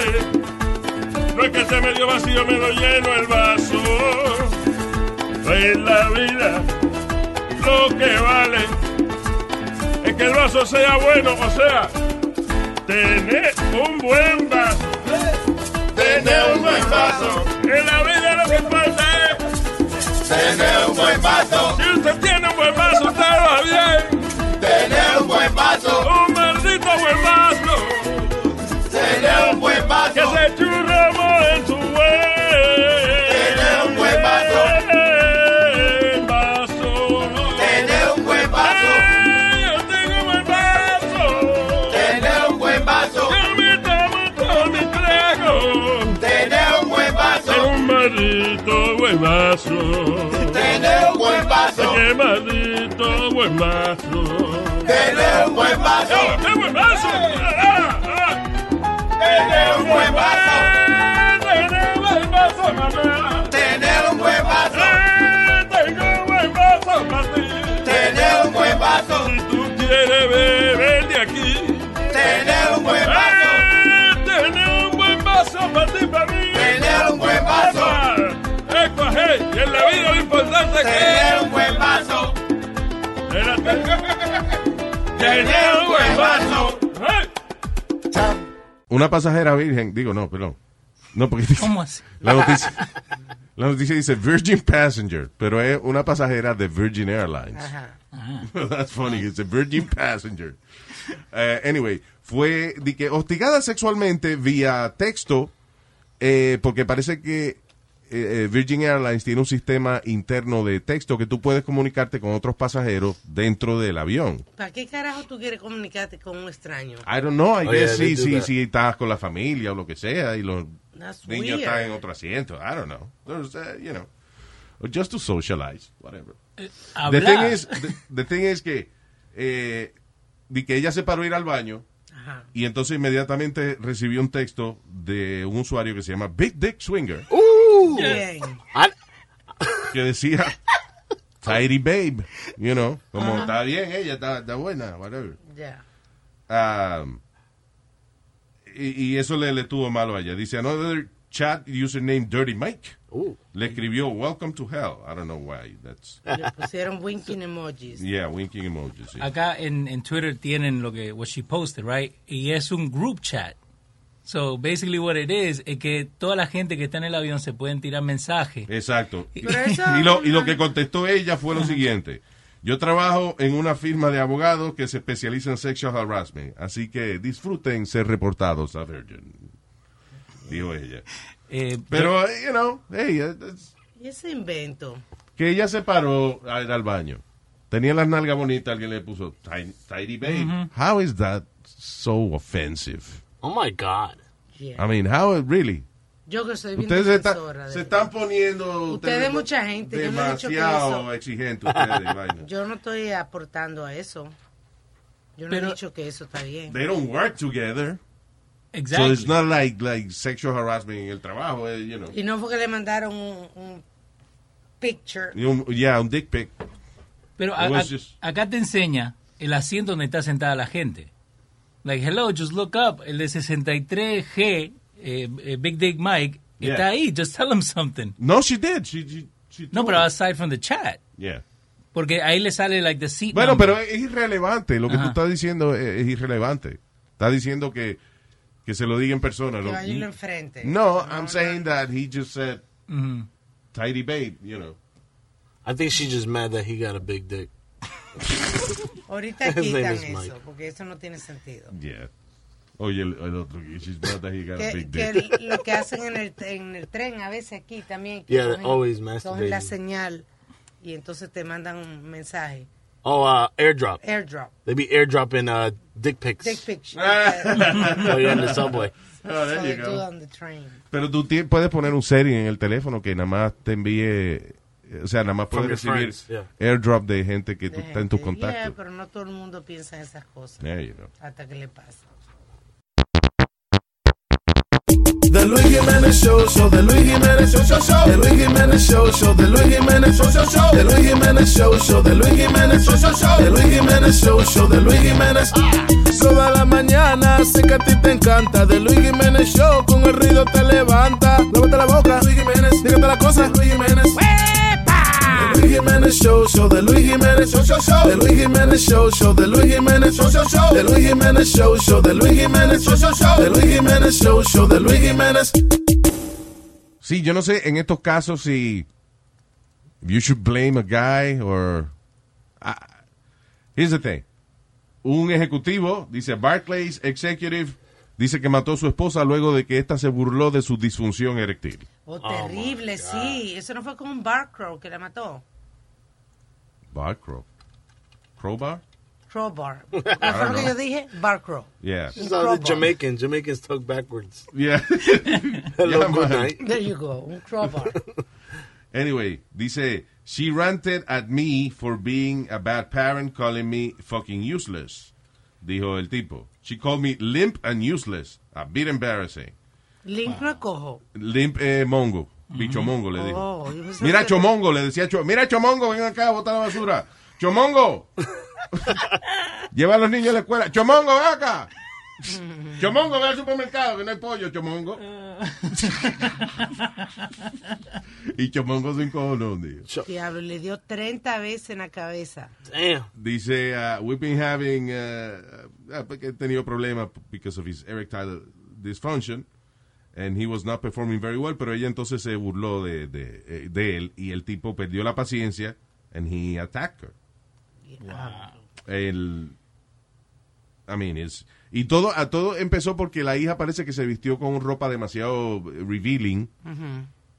no es que esté medio vacío, medio lleno el vaso, en la vida lo que vale es que el vaso sea bueno, o sea, tener un buen vaso. Tener un buen vaso. En la vida lo que importa es tener un buen vaso. Si usted tiene un buen vaso, usted va bien. Tener un buen vaso. Un maldito buen vaso. Tener un buen vaso. Que se churramos en su buen. Tener un buen eh, vaso. Tener un buen vaso. Yo tengo un buen vaso. Tener un buen vaso. Yo me tomo todo mi trago. Tener un buen vaso. un maldito buen vaso. Tener un buen vaso. Qué maldito buen vaso. Tener un buen vaso. ¡Qué buen vaso! Tener un buen vaso. Tener un buen vaso, mamá. Tener un buen vaso. Tengo un buen vaso para ti.
bebé, ven de aquí. Tener un buen vaso. tener un buen vaso para ti, para mí. Ah, Tener un buen vaso. Epa, hey, y en la vida lo importante es que... Tener un buen vaso. Tener un buen vaso.
Una pasajera virgen, digo, no, perdón. No, porque dice-
¿Cómo así?
La noticia, la noticia dice Virgin Passenger, pero es una pasajera de Virgin Airlines.
Uh-huh.
That's funny, it's a Virgin Passenger. Eh, anyway, fue de que hostigada sexualmente vía texto, eh, porque parece que eh, eh, Virgin Airlines tiene un sistema interno de texto que tú puedes comunicarte con otros pasajeros dentro del avión.
¿Para qué carajo tú quieres comunicarte con un extraño?
I don't know, I
Oh,
guess
yeah, they
sí,
do
sí,
that.
sí, estás con la familia o lo que sea y los
That's
niños
weird.
están en otro asiento. I don't know. There's, uh, you know, or just to socialize, whatever.
Eh,
The
hablar.
thing is, the, the thing is que, eh, di que ella se paró a ir al baño y entonces inmediatamente recibió un texto de un usuario que se llama Big Dick Swinger
Ooh.
Yes.
que decía Tidy Babe, you know, como está bien ella, está, está buena, whatever.
Ya.
Um, y, y eso le, le tuvo malo a ella. Dice, another chat username Dirty Mike. Le escribió, welcome to hell. I don't know why. That's,
Le pusieron winking emojis.
yeah, winking emojis. sí.
Acá en, en Twitter tienen lo que what she posted, right? Y es un group chat. So basically what it is es que toda la gente que está en el avión se pueden tirar mensajes.
Exacto. Y,
Pero eso-
y lo, y lo que contestó ella fue lo siguiente. Yo trabajo en una firma de abogados que se especializa en sexual harassment, así que disfruten ser reportados a Virgin, dijo ella. Pero, eh, you know, hey, eh, that's-
Y ese invento.
que ella se paró a ir al baño. Tenía las nalgas bonitas, alguien le puso "Ti- Tidy Babe.
Ujú.
How is that so offensive?
Oh my God.
I mean, how really?
Yo que soy bien
Ustedes está-
defensora de-
se están poniendo
Ustedes,
ustedes
mucha gente. Yo no, he dicho que
demasiado
eso.
exigente ustedes, vaina.
yo no estoy aportando a eso. Yo no he dicho que eso está bien.
They don't work together.
Exactly.
So it's not like like sexual harassment en el trabajo, eh, you know.
Y no fue que le mandaron un, un picture.
Y un- yeah, un dick pic.
Pero a-
It was
a-
just-
acá te enseña el asiento donde está sentada la gente. Like, hello, just look up. El de 63G, eh, eh, Big Dick Mike,
Yeah.
está ahí. Just tell him something.
No, she did. She, she, she
no, pero aside from the chat.
Yeah.
Porque ahí le sale, like, the seat
Bueno,
number.
pero es irrelevante. Lo que tú estás diciendo es, es irrelevante. Estás diciendo que, que se lo diga en persona.
Que
Lo-
vaya y lo enfrente.
No, I'm saying that he just said
Mhm.
tidy babe, you know.
I think she's just mad that he got a big dick.
Ahorita
His name
quitan
is Mike.
eso, porque eso no tiene sentido.
Yeah. Oye, el, el otro. She's mad that he got a
Que,
big
que
dick.
lo que hacen en el, en el tren a veces aquí también. que
Yeah, they're
cogen-
always
cogen la
masturbating.
señal y entonces te mandan un mensaje.
Oh, uh, airdrop.
Airdrop.
They be airdropping uh, dick pics.
Dick picture.
oh, yeah, in the subway.
Oh, there you
They
go.
do on the train.
Pero tú ti- puedes poner un setting en el teléfono que nada más te envíe, eh, o sea, nada más
From
puedes
your
recibir
friends, yeah.
airdrop de gente que tú-
de
está en tus
gente.
contactos.
Yeah, pero no todo el mundo piensa en esas cosas.
There you go.
Hasta que le pasa.
The Luis Jimenez Show, show, the Luis Jimenez Show, show, show, the Luis Jimenez Show, show, the Luis Jimenez Show, show, show, the Luis Jimenez Show, show, the Luis Jimenez Show, show, show, the Luis Jimenez Show, show, the Luis Jimenez. Toda la mañana, sé que a ti te encanta, de Luis Jimenez Show, con el ruido te levanta. Lávate la boca, Luis Jimenez, dígate la cosa, Luis Jimenez. The Luis Jimenez Show, show, the Luis Jimenez Show, show, show, the Luis Jimenez Show, show, the Luis Jimenez Show, show, show, the Luis Jimenez Show, show, the Luis Jimenez Show, show, show, the Luis Jimenez Show, show, the Luis Jimenez.
Sí, yo no sé en estos casos si you should blame a guy or ah, here's the thing. Un ejecutivo dice Barclays executive dice que mató a su esposa luego de que ésta se burló de su disfunción eréctil.
Oh, terrible, sí. Eso no fue con un bar crow que la mató.
Bar crow. Crowbar?
Crowbar. ¿Qué
I
fue lo que
know.
yo dije? Bar crow.
Yeah.
She's all the Jamaican. Jamaicans talk backwards.
Yeah.
Hello,
Yeah,
good
man.
night.
There you go. Un crowbar.
Anyway, dice, she ranted at me for being a bad parent, calling me fucking useless. Dijo el tipo. She called me limp and useless. A bit embarrassing.
Link no es cojo.
Limp eh, mongo. Bicho
Mm-hmm.
mongo le dijo.
Oh, yo pensé
Mira
que-
Chomongo, le decía Chomongo. Mira Chomongo, ven acá, bota la basura. Chomongo. Lleva a los niños a la escuela. Chomongo, ven acá. Chomongo, ve al supermercado, que no hay pollo, Chomongo.
Ah.
y Chomongo se encojonó un día.
Diablo, le dio 30 veces en la cabeza.
Dice, uh, we've been having, uh, uh, porque he tenido problemas because of his erectile dysfunction, and he was not performing very well, pero ella entonces se burló de, de, eh, de él, y el tipo perdió la paciencia, and he attacked her. El, I mean, it's- y todo, a todo empezó porque la hija parece que se vistió con ropa demasiado revealing,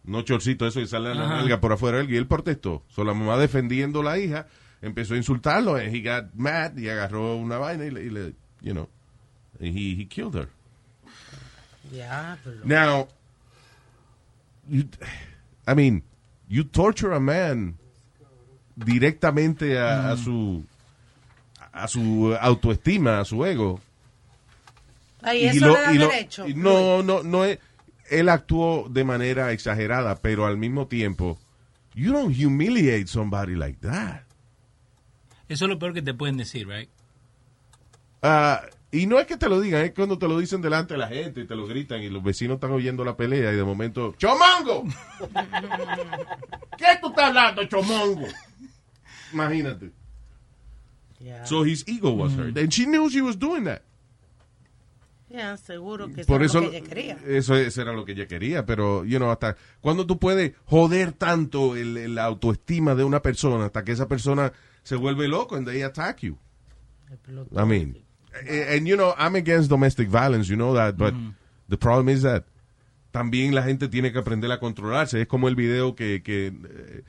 no chorcito eso que sale a la
Ajá.
nalga por afuera y él protestó. So, la mamá defendiendo a la hija empezó a insultarlo and he got mad y agarró una vaina y le, y le- you know, and he, he killed her.
Diablo.
Now, you- I mean, you torture a man directamente a, a su a su autoestima, a su ego.
Ay,
Y
eso
lo-
le da
y lo-
derecho.
y no, no, no es. Él actuó de manera exagerada, pero al mismo tiempo, you don't humiliate somebody like that.
Eso es lo peor que te pueden decir, right?
Ah, y no es que te lo digan, es cuando te lo dicen delante de la gente y te lo gritan y los vecinos están oyendo la pelea y de momento, ¡Chomongo! ¿Qué tú estás hablando, Chomongo? Imagínate. So his ego was
Mm.
hurt. And she knew she was doing that.
Ya, seguro que
Por
eso
eso,
es
eh,
lo que ella quería.
eso, eso era lo que ella quería, pero, you know, hasta cuando tú puedes joder tanto el, el autoestima de una persona hasta que esa persona se vuelve loco and they attack you. I mean, a- and you know, I'm against domestic violence, you know that, but the problem is that también la gente tiene que aprender a controlarse. Es como el video que, que eh,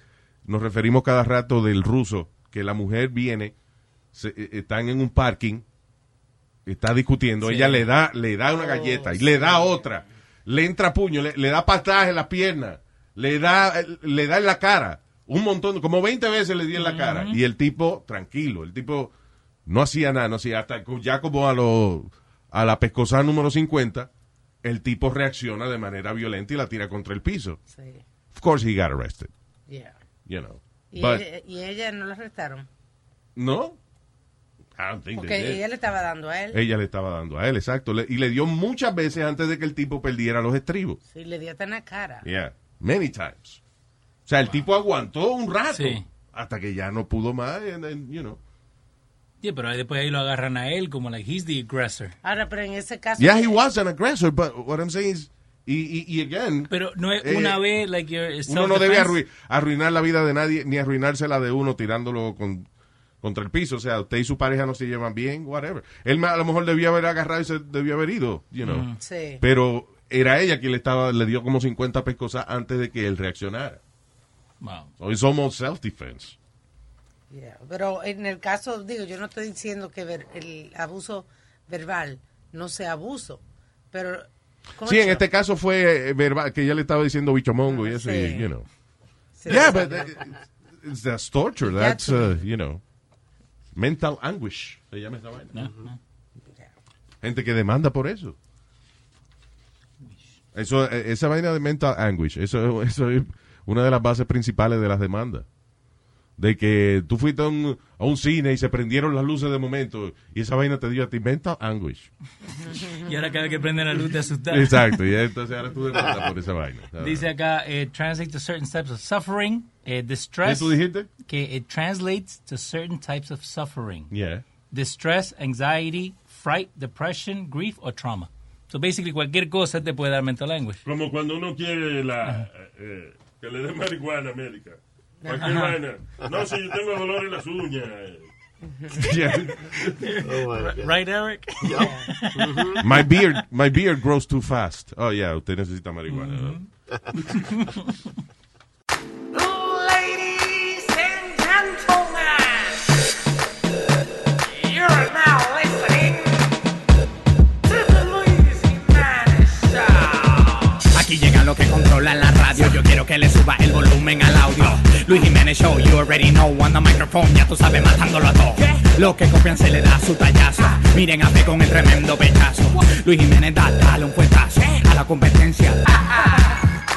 nos referimos cada rato del ruso, que la mujer viene, se- eh, están en un parking, está discutiendo,
Sí.
ella le da, le da una galleta y le da otra, le entra puño, le, le da patadas en las piernas, le da, eh, le da en la cara, un montón, como 20 veces le di en la cara. Y el tipo, tranquilo, el tipo no hacía nada, no hacía hasta co- ya como a los a la pescosada número 50, el tipo reacciona de manera violenta y la tira contra el piso.
Sí.
Of course he got arrested,
Yeah.
you know.
Y,
But-
ella, y ella no la arrestaron.
no. I don't think they
Porque
did.
ella le estaba dando a él.
Ella le estaba dando a él, exacto. Le- y le dio muchas veces antes de que el tipo perdiera los estribos.
Sí, le dio hasta en la cara.
Yeah, many times. O sea, el tipo aguantó un rato
Sí.
hasta que ya no pudo más, and then, you know.
Sí, pero después ahí lo agarran a él como like he's the aggressor.
Ahora, pero en ese caso.
Yeah, he was an aggressor, but what I'm saying is, y, y, y again...
Pero no es
eh,
una vez like your
Uno no debe
self-defense.
arrui- arruinar la vida de nadie, ni arruinarse la de uno tirándolo con- contra el piso. O sea, usted y su pareja no se llevan bien, whatever. Él ma- a lo mejor debió haber agarrado y se debió haber ido, you know.
Mm. Sí.
Pero era ella quien le estaba le dio como 50 pescosas antes de que él reaccionara.
Wow.
So it's almost self-defense.
Yeah, Pero en el caso, digo, yo no estoy diciendo que ver- el abuso verbal no sea abuso. Pero.
Sí, en
concho,
este caso fue eh, verbal, que ella le estaba diciendo bichomongo y eso,
Sí.
y, you know.
se le
Yeah, but
salió.
It's- That's torture.
Ya
That's,
tú.
uh, you know, mental anguish. Se llama esa vaina. Gente que demanda por eso. Eso, eh, esa vaina de mental anguish, eso, eso es una de las bases principales de las demandas. De que tú fuiste a un, a un cine y se prendieron las luces de momento y esa vaina te dio a ti mental anguish.
Y ahora cada vez que prenden la luz te asustas.
Exacto, y entonces ahora tú demandas por esa vaina.
Dice acá, eh, translate to certain types of suffering, eh, distress.
¿Qué tú dijiste?
Que it translates to certain types of suffering.
Yeah.
Distress, anxiety, fright, depression, grief or trauma. So basically cualquier cosa te puede dar mental anguish.
Como cuando uno quiere la, eh, que le den marihuana a América. Cualquier
Ajá.
vaina. No, si yo tengo dolor en las uñas. eh. Oh,
Right, Eric?
My beard, my beard grows too fast. Oh, yeah, usted necesita marihuana. ¿no?
Ladies and gentlemen, you're now listening to the Luis Jimenez Show.
Aquí llegan los que controlan la radio. Yo quiero que le suba el volumen al audio. Luis Jiménez Show, you already know. On the microphone, ya tú sabes, matándolo a todo. Lo que copian se le da su tallazo. Miren a P con el tremendo pechazo. Luis Jiménez da, dale un puestazo a la competencia.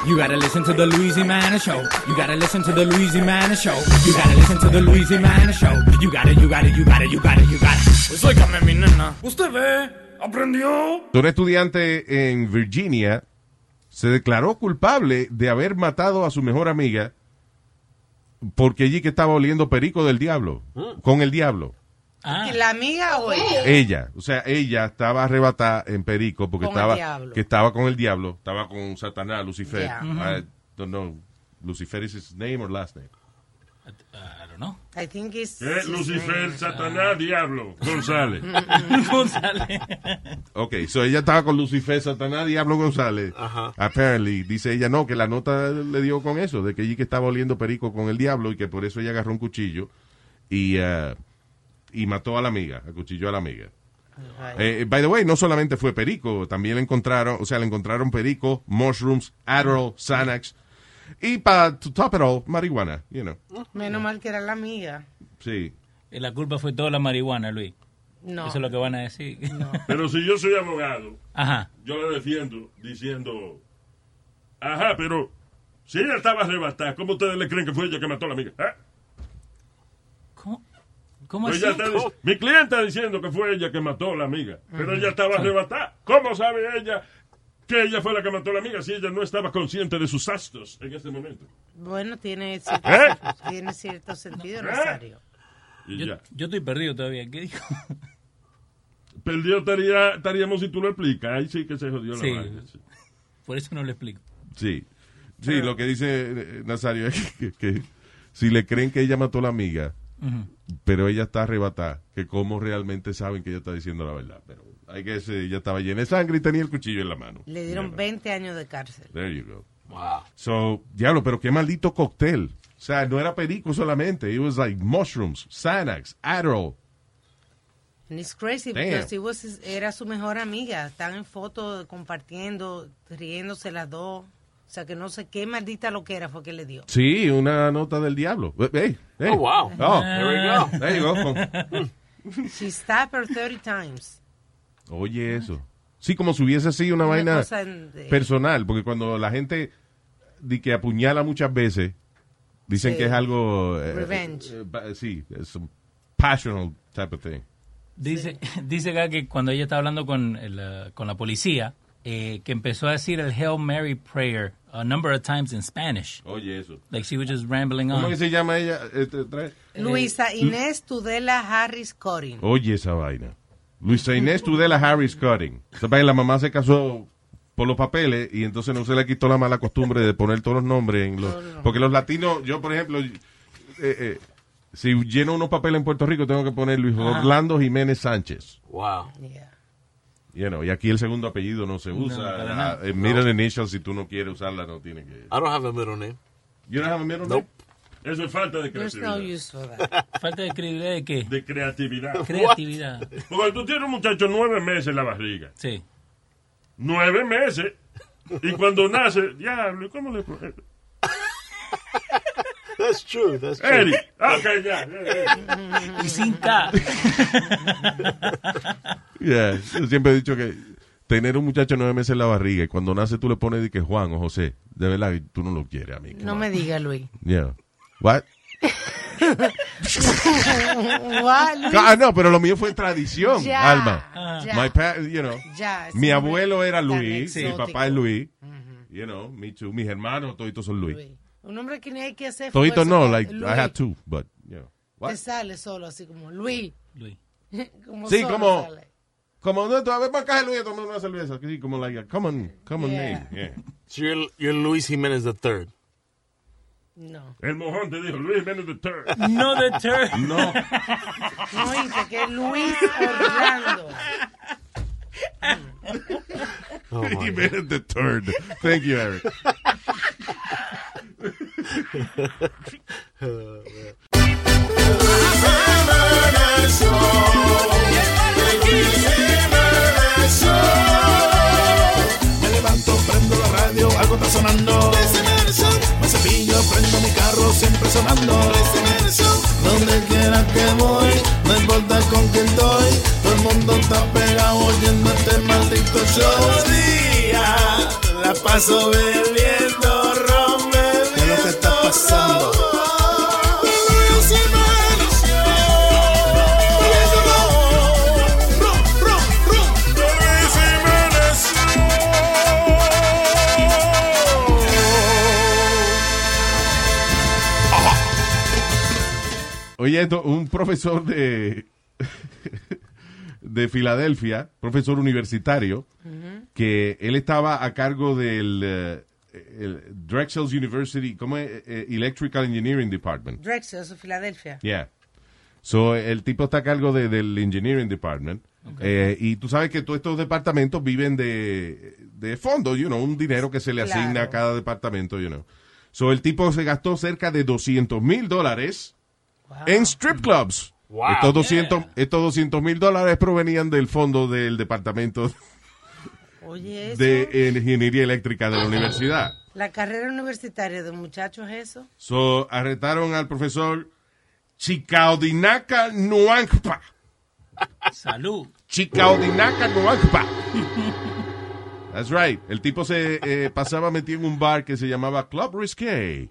You gotta listen to the Louisiana show. You gotta listen to the Louisiana show. You gotta listen to the Louisiana show. You gotta, you gotta, you gotta, you gotta, you gotta. Pues óigame, mi nena.
Usted ve, aprendió.
Un estudiante en Virginia se declaró culpable de haber matado a su mejor amiga porque allí que estaba oliendo perico del diablo, con el diablo.
¿La amiga o ella?
Ella, o sea, ella estaba arrebatada en perico porque
Con el
estaba
diablo.
que estaba con el diablo, estaba con Satanás, Lucifer.
Yeah.
I don't know. Lucifer is his name or last name. I don't know.
I think it's...
Eh, Lucifer, Satanás, Diablo, González.
Mm,
González.
Ok, so ella estaba con Lucifer, Satanás, Diablo González. Apparently, dice ella, no, que la nota le dio con eso, de que allí que estaba oliendo perico con el diablo y que por eso ella agarró un cuchillo y, ah, y mató a la amiga, acuchilló a la amiga. Eh, by the way, no solamente fue perico, también le encontraron, o sea, le encontraron perico, mushrooms, Adderall, Xanax y para to top it all, marihuana, you know.
mm. Menos mal que era la amiga.
Sí.
Y Eh, La culpa fue toda la marihuana, Luis.
No.
Eso es lo que van a decir.
Pero si yo soy abogado,
Ajá.
yo la defiendo diciendo, ajá, pero si ella estaba arrebatada, ¿cómo ustedes le creen que fue ella que mató a la amiga? ¿Ah?
¿Cómo
Pero
así?
ella está dic-
¿Cómo?
mi cliente está diciendo que fue ella que mató a la amiga, pero ella estaba arrebatada. ¿Cómo sabe ella que ella fue la que mató a la amiga si ella no estaba consciente de sus actos en ese momento?
Bueno, tiene cierto,
¿Eh?
tiene cierto sentido, Rosario.
Y
Yo,
ya.
yo estoy perdido todavía. ¿Qué dijo?
Perdido estaría- estaríamos si tú lo explicas. Ahí sí que se jodió la
Sí.
vaina. sí.
Por eso no lo explico.
Sí. Sí, lo que dice eh, Nazario es que, que si le creen que ella mató a la amiga,
Ujú.
pero ella está arrebatada, que cómo realmente saben que ella está diciendo la verdad. Pero hay que decir, ella estaba llena de sangre y tenía el cuchillo en la mano.
Le dieron 20 años de cárcel.
There you go. Wow. So, diablo, pero qué maldito cóctel. O sea, no era perico solamente. It was like mushrooms, Xanax, Adderall.
And it's crazy
Damn.
because it was his- era su mejor amiga. Están en fotos compartiendo, riéndose las dos. O sea, que no sé qué maldita lo que era fue que le dio.
Sí, una nota del diablo. Hey, hey.
Oh, wow.
Oh.
There we go.
There you go. Con-
She stabbed her 30 times.
Oye, eso. Sí, como si hubiese sido una,
Una
vaina
cosa en- de-
personal, porque cuando la gente di que apuñala muchas veces, dicen
Sí.
que es algo... eh,
Revenge.
eh, ba- sí, es un passional type of thing.
Dice, dice acá que cuando ella estaba hablando con, el, eh, con la policía, eh, que empezó a decir el Hail Mary prayer a number of times in Spanish.
Oye, eso.
Like she was just rambling on.
¿Cómo que se llama ella? Este, trae-
Luisa
Eh,
Inés Tudela Harris Corin.
Oye, esa vaina. Luisa Inés Tudela Harris Cutting. Esa vaina, la mamá se casó por los papeles y entonces no se le quitó la mala costumbre de poner todos los nombres. En los, Porque los latinos, yo por ejemplo, eh, eh, si lleno unos papeles en Puerto Rico, tengo que poner Luis
Ah.
Orlando Jiménez Sánchez.
Wow.
You know, y aquí el segundo apellido no se
No,
usa.
para nada.
Ah, eh, middle initial, si tú no quieres usarla, no tiene que.
I don't have a middle name.
You don't have a middle
Nope.
Eso es falta de
There's
creatividad.
no use for that.
¿Falta de creatividad de qué?
De creatividad.
Creatividad.
Porque tú tienes un muchacho nueve meses en la barriga.
Sí.
Nueve meses. Y cuando nace, diablo, ¿y ¿cómo le
That's true, that's true.
Eric, ok, ya. ya, ya.
Y sin ta.
Yeah, Yo siempre he dicho que tener un muchacho nueve meses en la barriga y cuando nace tú le pones de que Juan o José, de verdad, tú no lo quieres a mí.
No me diga, Luis.
Yeah. What?
What, Luis?
Ah, no, pero lo mío fue tradición,
Ya, Ah.
Alma.
ya.
My pa- you know.
Ya, es
mi
un
abuelo era
tan
Luis, mi
exótico.
papá es Luis. You know, me too. Mis hermanos, toditos son Luis.
Un hombre que no hay que hacer
Toditos
esfuerzo
no,
para-
like,
Luis,
I had two, but, you know. What?
Te sale solo, así como Luis.
Luis.
como
Sí,
solo
como,
sale.
como, no, a ver, para acá, Luis, a tomar una cerveza. Sí, como, like, come on, come on, name. Yeah.
So you're, you're Luis Jimenez the third.
No.
El mojón te dijo, Luis Jiménez the third.
No the third.
No.
No, dice que es Luis
Ah.
Orlando.
Oh he made it the third. Thank you, Eric.
uh,
Me levanto, prendo la radio, algo está sonando. Me cepillo, prendo mi carro, siempre sonando. Donde quiera que voy, no importa con quién estoy. Todo el mundo está pegado oyendo este maldito show. Todo el día la paso bebiendo.
eh,
Oye, esto, un profesor de, de Filadelfia, profesor universitario, que él estaba a cargo del eh, el Drexel University, ¿cómo es? Eh, Electrical Engineering Department.
Drexel, eso es Filadelfia.
Yeah. So, el tipo está a cargo de- del Engineering Department. Eh, y tú sabes que todos estos departamentos viven de, de fondos, you know, un dinero que se le
Claro.
asigna a cada departamento, you know. So, el tipo se gastó cerca de 200 mil dólares en strip clubs.
Wow.
Estos 200 estos 200 mil dólares provenían del fondo del departamento
Oye, eso.
de ingeniería eléctrica de la universidad.
La carrera universitaria de muchachos es eso.
So, arrestaron al profesor Chicaudinaca Nuancpa.
Salud.
Chicaudinaca Nuancpa. That's right. El tipo se eh, pasaba metido en un bar que se llamaba Club Risque.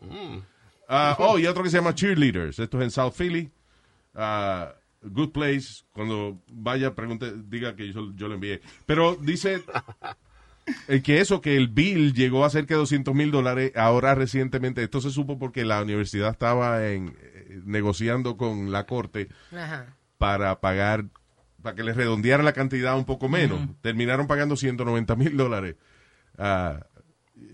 Ah, oh, y otro que se llama Cheerleaders. Esto es en South Philly. Ah, good place. Cuando vaya, pregunte, diga que yo, yo lo envié. Pero dice eh, que eso, que el bill llegó a cerca de 200 mil dólares ahora recientemente. Esto se supo porque la universidad estaba en, eh, negociando con la corte
Ajá.
para pagar, para que les redondeara la cantidad un poco menos. Terminaron pagando 190 mil dólares ah,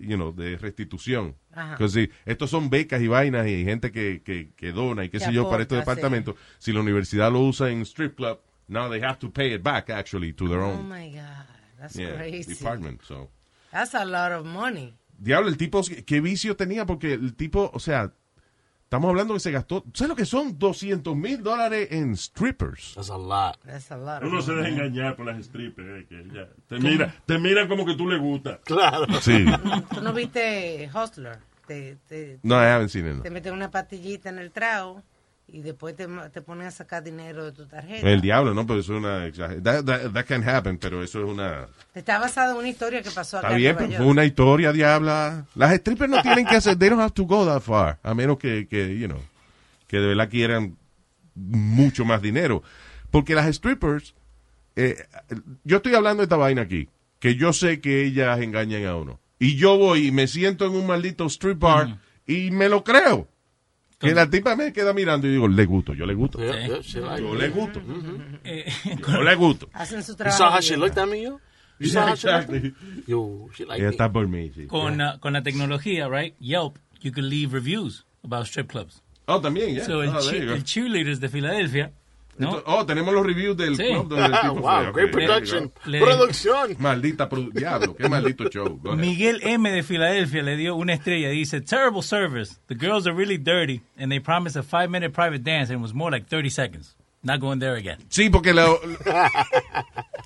you know, de restitución.
Ajá.
Because si- estos son becas y vainas y hay gente que, que, que dona y qué
Que
sé yo para estos
aporta, sí.
departamentos. Si la universidad lo usa en strip club, now they have to pay it back actually to their
Oh
Mm,
own
my God. That's
yeah,
crazy.
department. So.
That's a lot of money.
Diablo, el tipo, qué vicio tenía, porque el tipo, o sea, estamos hablando que se gastó, ¿sabes lo que son? 200 mil dólares en strippers.
That's a lot.
That's a lot.
Uno se deja engañar por las strippers. eh, que ya te, mira, te mira como que tú le gusta.
Claro.
Sí.
¿Tú no viste Hustler? Te, te,
No, I haven't seen it, no.
Te meten una pastillita en el trago y después te, ma- te ponen a sacar dinero de tu tarjeta.
El diablo, ¿no? Pero eso es una exageración. That, that- that can happen, pero eso es una...
Está basado en una historia que pasó acá
Está bien,
en
pero
Nueva
fue
York.
una historia, diabla. Las strippers no tienen que hacer... They don't have to go that far. A menos que, que, you know, que de verdad quieran mucho más dinero. Porque las strippers... eh, yo estoy hablando de esta vaina aquí. Que yo sé que ellas engañan a uno. Y yo voy y me siento en un maldito strip bar y me lo creo. Que la tipa me queda mirando y digo, le gusto, yo le gusto.
Yeah, yeah, she like
Yo
it.
le gusto.
Mhm.
Eh,
Yo le gusto.
Hacen su
You
trabajo.
saw how she
bien.
looked at me, yo? You saw
Yeah,
how she looked at me?
exactly.
Yo, she like
Ella
me.
está por mí, sí.
Con, uh, con la tecnología, right? Yelp, you can leave reviews about strip clubs.
Oh, también, yeah.
So el,
Oh, there
che-
you go.
el cheerleaders de Filadelfia. ¿no?
Entonces- oh, tenemos los reviews del
Sí.
club donde el tipo
Ah, Wow,
fue.
great
Ok, there you
production.
go.
Le- Producción.
Maldita produ- diablo, qué maldito show. Go ahead.
Miguel M. de Filadelfia le dio una estrella. Dice, terrible service. The girls are really dirty and they promised a five minute private dance and it was more like 30 seconds. Not going there again.
Sí, porque lo-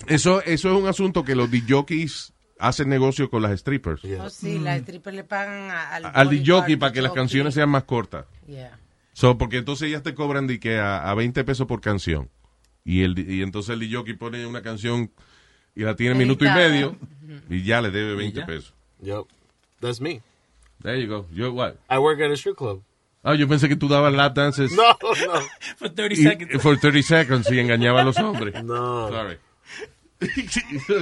eso, eso es un asunto que los DJs hacen negocio con las strippers.
Oh, sí, las strippers le pagan a- al,
Mm. Al DJ
bodyguard,
para que las
jockey.
canciones sean más cortas.
Yeah.
So, porque entonces ellas te cobran de que a, a 20 pesos por canción. Y, el, y entonces el DJ pone una canción y la tiene minuto y
Editada.
medio y ya le debe 20
ya.
pesos.
Yep. That's me.
There you go. You're what?
I work at a strip club.
Ah, yo pensé que tú dabas lap dances.
No, no.
For 30
Y- For 30 seconds y engañaba a los hombres.
No.
Sorry.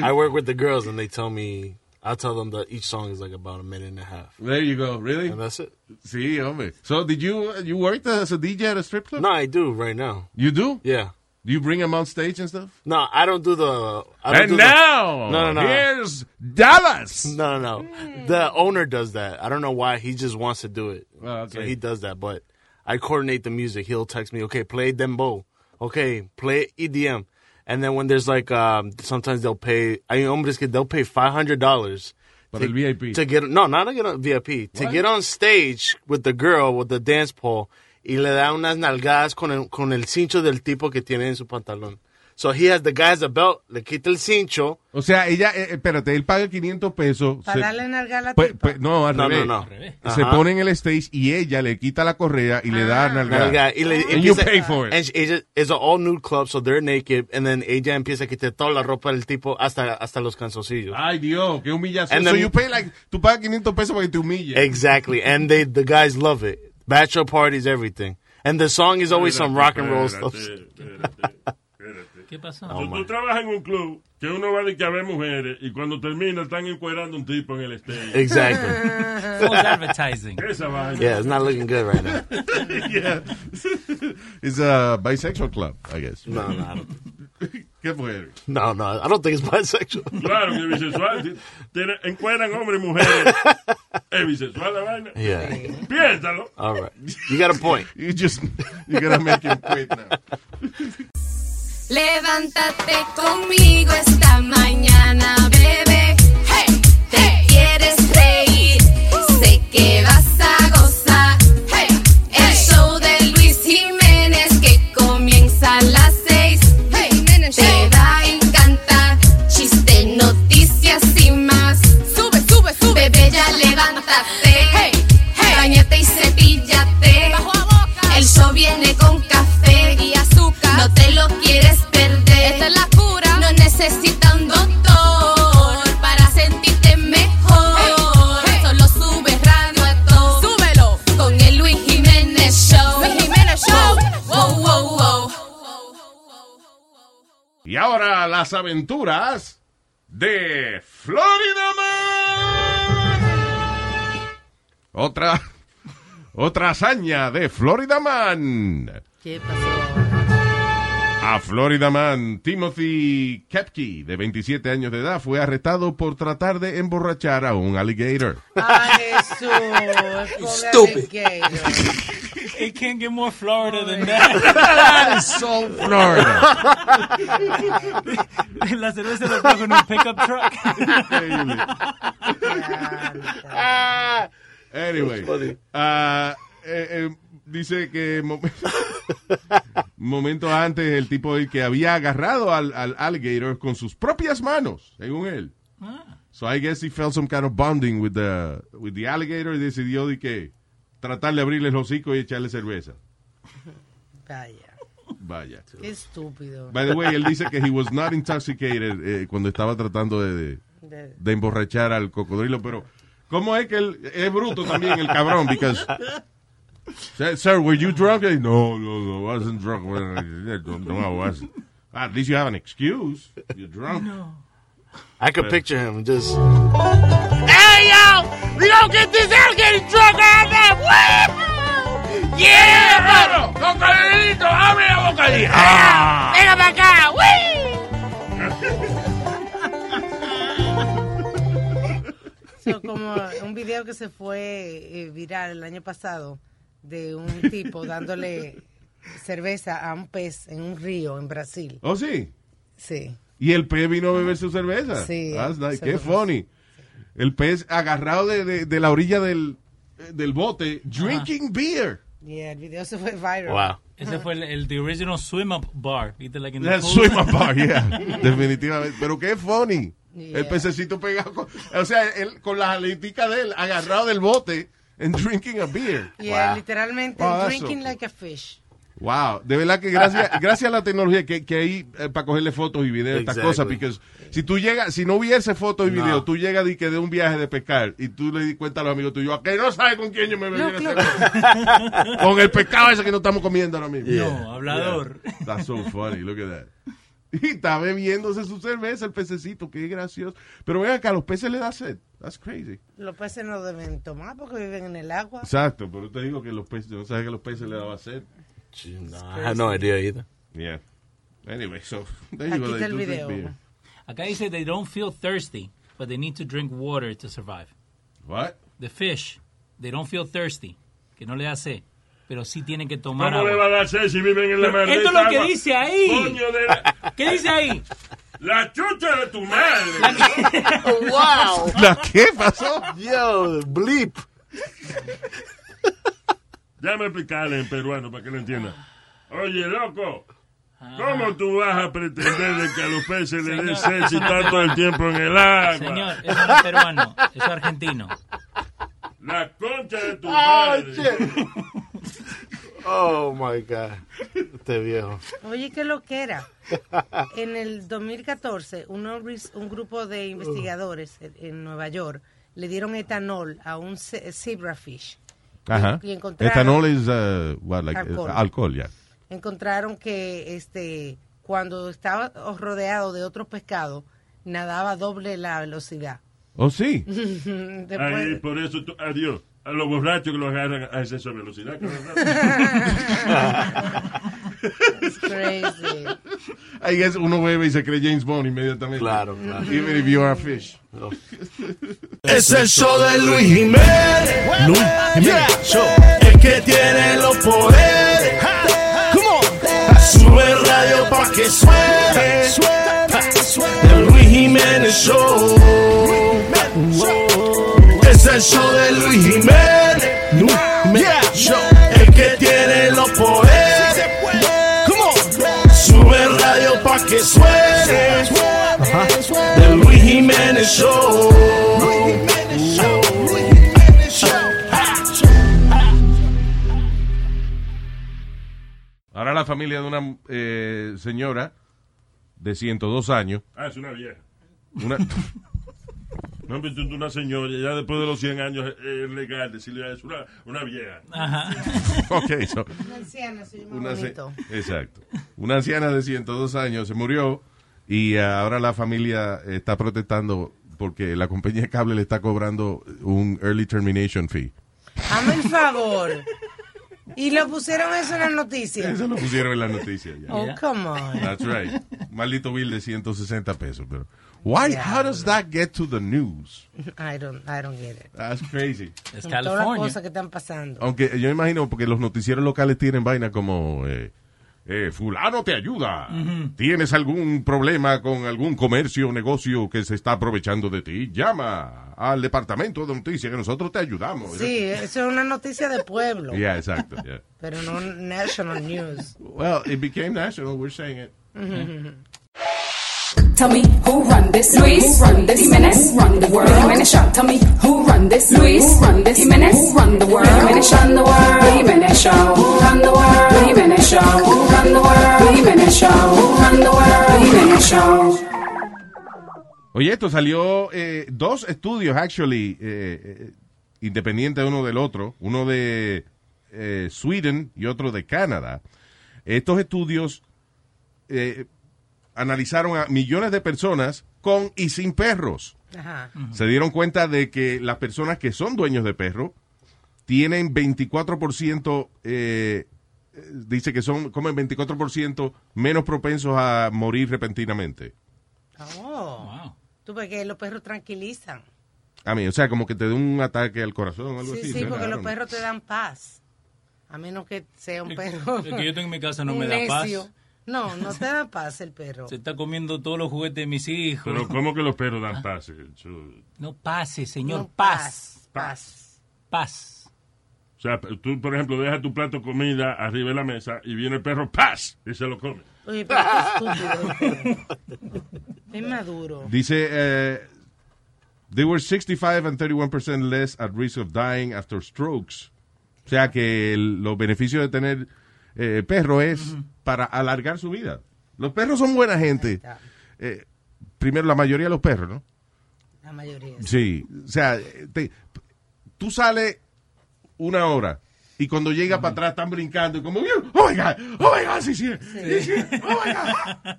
I work with the girls and they tell me, I tell them that each song is like about a minute and a half.
There you go. Really?
And that's it.
Sí, hombre. So, did you uh, you worked as a DJ at a strip club?
No, I do right now.
You do?
Yeah.
Do you bring them on stage and stuff?
No, I don't do the. I don't
And
do the-
now,
no, no, no.
here's Dallas.
No, no, no. The owner does that. I don't know why. He just wants to do it.
Oh,
So he does that. But I coordinate the music. He'll text me, okay, play Dembo. Okay, play EDM. And then when there's like, um, sometimes they'll pay. I hombres que they'll pay five hundred dollars.
Para el VIP.
to get no, not to get on VIP to
What?
get on stage with the girl with the dance pole. Y le da unas nalgadas con el, con el cincho del tipo que tiene en su pantalón. So he has the guy has the belt, le quita el cincho,
O sea, ella, eh, espérate, él paga 500 pesos.
Para
se-
darle nalga a la
Pues-
tipa.
pues, no, al
No, no,
revés.
no. Al revés.
Se
Ajá.
pone en el stage y ella le quita la correa y le
Ah.
da nalgada.
Nalga. Y le,
And you
empieza-
pay for it.
And she- ella- it's an all nude club, so they're naked. And then ella empieza a quitar toda la ropa del tipo hasta, hasta los canzoncillos.
Ay, Dios, qué humillación.
And
So
then-
you pay like, tú pagas 500 pesos para que te humille.
Exactly. And they the guys love it. Bachelor parties, everything. And the song is always some rock and roll stuff.
Espérate, espérate, espérate.
¿Qué pasó?
Si tú trabajas en un club que uno va de que a ver mujeres y cuando termina están encuerando un tipo en el stage.
Exactly.
False advertising. Esa vaina.
Yeah, it's not looking good right now.
Yeah.
It's a bisexual club, I guess.
No, no, I
¿Qué fue, Eric?
No, no, I don't think it's bisexual.
Claro que es bisexual. Ti- tiene- Encueran hombres y mujeres. Es bisexual la vaina.
Yeah.
Piénsalo.
All right. You got a point.
you just, you gotta make him quit now.
Levántate conmigo esta mañana, bebé. Hey, te quieres reír, sé que vas a gozar. Hey, el show de Luis Jiménez que comienza a las seis. Hey, te va a encantar, chistes, noticias y más. Sube, sube, sube, bebé, ya levántate. Hey, bañate y cepíllate. El show viene con café y azúcar. No te lo quieres perder. Esta es la cura. No necesita un doctor para sentirte mejor. Solo sube radio a todo. Súbelo con el Luis Jiménez Show. Luis Jiménez Show. Wow, wow, wow.
Y ahora las aventuras de Florida Man. Otra, otra hazaña de Florida Man.
¿Qué pasó?
A Florida Man, Timothy Kepke, de 27 años de edad, fue arrestado por tratar de emborrachar a un alligator.
Ay, Jesús.
Stupid.
It
can't get more Florida than that. that
is so
eh.
Florida.
La cerveza lo trajo en un pickup truck.
Anyway, ah, eh, eh, dice que mo- momentos antes el tipo del que había agarrado al, al alligator con sus propias manos, según él. So I guess he felt some kind of bonding with the, with the alligator y decidió de que tratar de abrirle el hocico y echarle cerveza.
Vaya,
Vaya.
qué estúpido.
By the way, él dice que he was not intoxicated eh, cuando estaba tratando de, de, de emborrachar al cocodrilo, pero ¿cómo es que él es bruto también el cabrón? Because Sir, sir, were you drunk? Eh, No, no, no, I wasn't drunk. Well, eh, No, no, I wasn't. At least you have an excuse. You're drunk.
I could picture him just.
Hey, yo! We don't get this alligator drunk out there! Woo! Yeah, mano! Cocodrilito, abre la boca ahí. Ah. Venga para acá,
Eso como un video que se fue eh, viral el año pasado de un tipo dándole cerveza a un pez en un río en Brasil.
¿Oh, sí?
Sí.
Y el pez vino a beber su cerveza.
Sí,
That's nice.
se
Qué
lo-
funny. El pez agarrado de, de- de la orilla del, del bote, drinking beer.
Yeah, el video se fue viral.
Ese fue el, el the original swim up bar. ¿Viste? Like in the
That
pool.
swim up bar, yeah. Definitivamente. Pero qué funny. El pececito pegado con, o sea, él con las aliticas de él agarrado del bote and drinking a beer.
Yeah, literalmente
Wow, that's
drinking
so-
like a fish.
Wow, de verdad que gracias, gracias a la tecnología que, que hay eh, para cogerle fotos y videos a estas
Exactly.
cosas, porque si tú llegas, si no hubiese fotos y
No.
videos, tú llegas de, que de un viaje de pescar y tú le di cuenta a los amigos tuyos, que no sabes con quién yo me venía con el pescado ese que no estamos comiendo ahora mismo.
No, hablador.
Yeah. That's so funny, look at that. Y está bebiéndose su cerveza el pececito, qué gracioso. Pero vean acá, a los peces le da sed. That's crazy.
Los peces no deben tomar porque viven en el agua.
Exacto, pero te digo que los peces, yo no sabía que a los peces le daba sed.
I had no idea either.
Yeah. Anyway, so there
Aquí
you go.
está
they
el
do drink
video.
beer.
Acá dice they don't feel thirsty, but they need to drink water to survive.
What?
The fish, they don't feel thirsty, que no le da sed, pero sí tienen que tomar
¿Cómo le va a
agua.
dar sed si viven en la
Pero
maldita
esto es lo que
agua?
dice ahí.
Coño de la-
¿Qué dice ahí?
La chucha de tu madre.
wow.
¿La qué pasó?
Yo, bleep.
Déjame explicarle en peruano para que lo entienda. Oye, loco.
Ah,
¿Cómo tú vas a pretender de que a los peces le den sed si están todo el tiempo en el agua?
Señor, eso no es peruano, eso es argentino.
La concha de tu
Oh,
madre.
shit. Oh, my God. Este viejo.
Oye, qué lo que era. En el 2014, uno ris- un grupo de investigadores en- en Nueva York le dieron etanol a un ce- zebrafish.
Ajá.
Y encontraron-
Etanol es uh, what, like,
Alcohol.
alcohol, ya.
Encontraron que este cuando estaba rodeado de otros pescados, nadaba doble la velocidad.
¿Oh, sí?
Ahí,
Después,
por eso, tú- adiós. A los borrachos que los agarran a exceso de velocidad. cabrón.
crazy.
I guess uno bebe y se cree James Bond inmediatamente. Claro,
claro.
Even if you are a fish.
Es el show de Luis Jiménez. Luis Jiménez Show. El que tiene los poderes. Sube el radio pa' que suene. El Luis Jiménez Show. Es el show de Luis Jiménez. Luis Jiménez Show. El que tiene los poderes. Sube el radio pa' que suene. El Luis Jiménez Show.
Ahora la familia de una eh, señora de 102 años.
Ah, es una vieja.
Una,
No, pero tú tú una señora, ya después de los 100 años eh, es legal decirle, es una, una vieja.
Ajá. Ok, so- Una
anciana, se llama
una se-
bonito.
exacto. Una anciana de 102 años se murió y ah, ahora la familia está protestando porque la compañía de cable le está cobrando un early termination fee.
Hazme el favor. Y lo pusieron eso en las noticias.
Eso lo pusieron en la noticia. ya.
Oh, come on.
That's right. Maldito bill de 160 pesos. Pero, why?
Yeah.
How does that get to the news?
I don't, I don't get it.
That's crazy.
Con todas las cosas que están pasando.
Aunque yo imagino, porque los noticieros locales tienen vaina como... eh, eh, fulano te ayuda.
Ujú.
¿Tienes algún problema con algún comercio o negocio que se está aprovechando de ti? Llama al departamento de noticias que nosotros te ayudamos.
Sí, eso es una noticia de pueblo,
Yeah, exacto. yeah.
pero no national news.
Well, it became national. We're saying it.
Mm-hmm.
Tell me who run this? Luis. Who run this? Jimenez. Who run the world? Jimenez show. Tell me who run this? Luis. Who run this? Jimenez. Who run the world? Jimenez run the world. Luis Jimenez show. Who run the world? Luis Jimenez show. Who run the world? Luis Jimenez show. Who run the world? Luis Jimenez show.
Oye, esto salió eh, dos estudios, actually, eh, eh, independientes uno del otro, uno de eh, Sweden y otro de Canadá. Estos estudios eh, analizaron a millones de personas con y sin perros.
Ajá.
Se dieron cuenta de que las personas que son dueños de perros tienen 24%, eh, eh, dice que son, comen 24% menos propensos a morir repentinamente.
Oh, tú ves que los perros tranquilizan.
A mí, o sea, como que te dé un ataque al corazón o algo
Sí,
así.
sí,
¿no?
porque
I
los
don't know.
perros te dan paz. A menos que sea un perro.
el que yo tengo en mi casa no me
un
da paz.
necio. No, no te da paz el perro.
Se está comiendo todos los juguetes de mis hijos.
Pero ¿cómo que los perros dan pase?
No pase, señor.
No,
paz.
Paz.
Paz.
O sea, tú, por ejemplo, dejas tu plato de comida arriba de la mesa y viene el perro, ¡paz! Y se lo come.
Oye, pero qué estúpido. Es maduro.
Dice, eh, they were 65 and 31% less at risk of dying after strokes. O sea, que el- los beneficios de tener eh, perro es para alargar su vida. Los perros son buena gente. Eh, primero, la mayoría de los perros, ¿no?
La mayoría.
Sí, o sea, te- tú sales una hora y cuando llega para atrás están brincando y como, oh my God, oh my God, sí, sí, sí, sí, oh my God.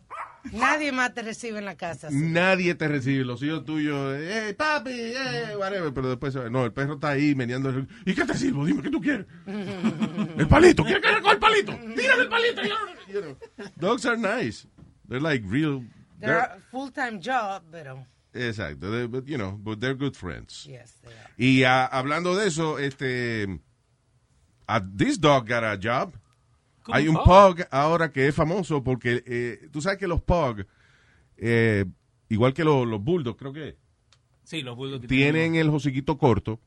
Nadie más te recibe en la casa.
Nadie te recibe, los hijos tuyos, eh, papi, eh, whatever, pero después, se va. no, el perro está ahí meneando. el- ¿Y qué te sirvo? Dime, ¿qué tú quieres? El palito, ¿quieres que le coja el palito? Tírame el palito. yo- you know. Dogs are nice. They're like real.
They're
they're-
a full-time job, pero...
Exacto, they- but, you know, but they're good friends.
Yes, they are.
Y ah, hablando de eso, este, ah, this dog got a job.
¿Cómo?
Hay un
Oh.
pug ahora que es famoso porque eh, tú sabes que los pug, eh, igual que los, los bulldogs, creo que
Sí, los bulldogs que
tienen el hociquito corto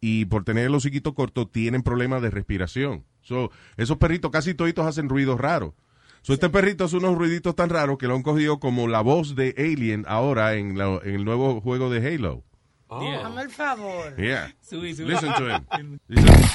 y por tener el hociquito corto tienen problemas de respiración. So, esos perritos casi toditos hacen ruidos raros. So, Este perrito hace unos ruiditos tan raros que lo han cogido como la voz de Alien ahora en, la- en el nuevo juego de Halo.
Hazme el favor.
Yeah.
Subí, subí.
Listen to him. Listen.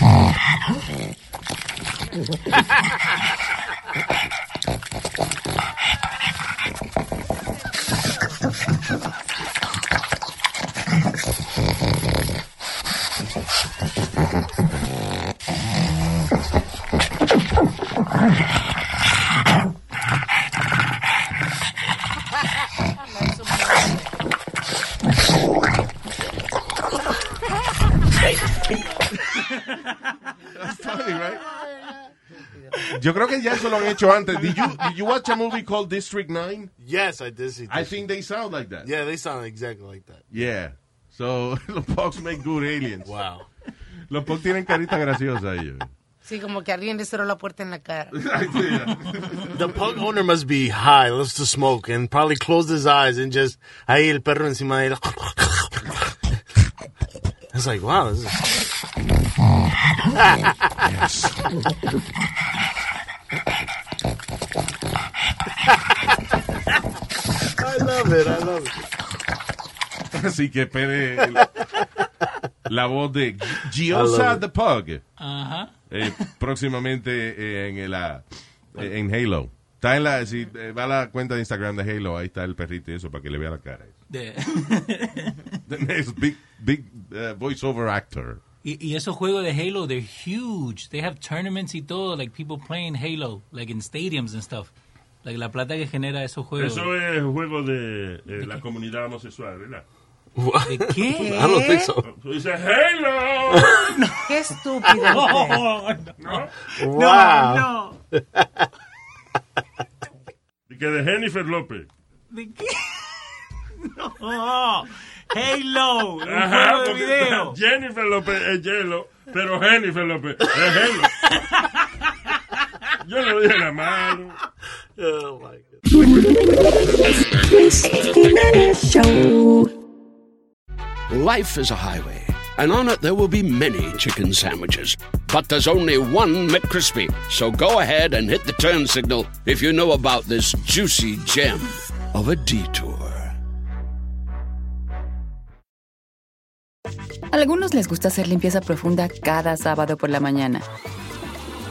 Yo creo que ya eso lo han hecho antes. Did you, did you watch a movie called District 9?
Yes, I did see.
I think they sound like that.
Yeah, they sound exactly like that.
Yeah. So, los Pogs make good aliens.
Wow.
Los Pogs tienen carita graciosa ellos.
Sí, como que alguien le cerró la puerta en la cara.
The pug owner must be high, loves to smoke, and probably closed his eyes and just ahí el perro encima de él. It's like wow, this is. I love it. I love it.
Así que pede el- la voz de Giosa the Pug.
Ajá.
Eh, próximamente eh, en la eh, en Halo. Está en la, si eh, va a la cuenta de Instagram de Halo, ahí está el perrito y eso para que le vea la cara.
De-
The next big, big uh, voiceover actor.
Y, y esos juegos de Halo, they're huge. They have tournaments y todo, like people playing Halo, like in stadiums and stuff. Like la plata que genera esos juegos.
Eso es juego de eh, la comunidad homosexual, ¿verdad?
¿De qué?
I don't think so. Dice, hello.
Qué estúpido.
No,
usted.
no.
Wow. No,
Y que de Jennifer López.
¿De qué? No. Halo, un
Ajá,
juego de
porque
video.
Jennifer López es hielo, pero Jennifer López es hielo. Yo no dije la mano.
Oh
Life is a highway, and on it there will be many chicken sandwiches. But there's only one McCrispy. So go ahead and hit the turn signal if you know about this juicy gem of a detour.
Algunos les gusta hacer limpieza profunda cada sábado por la mañana.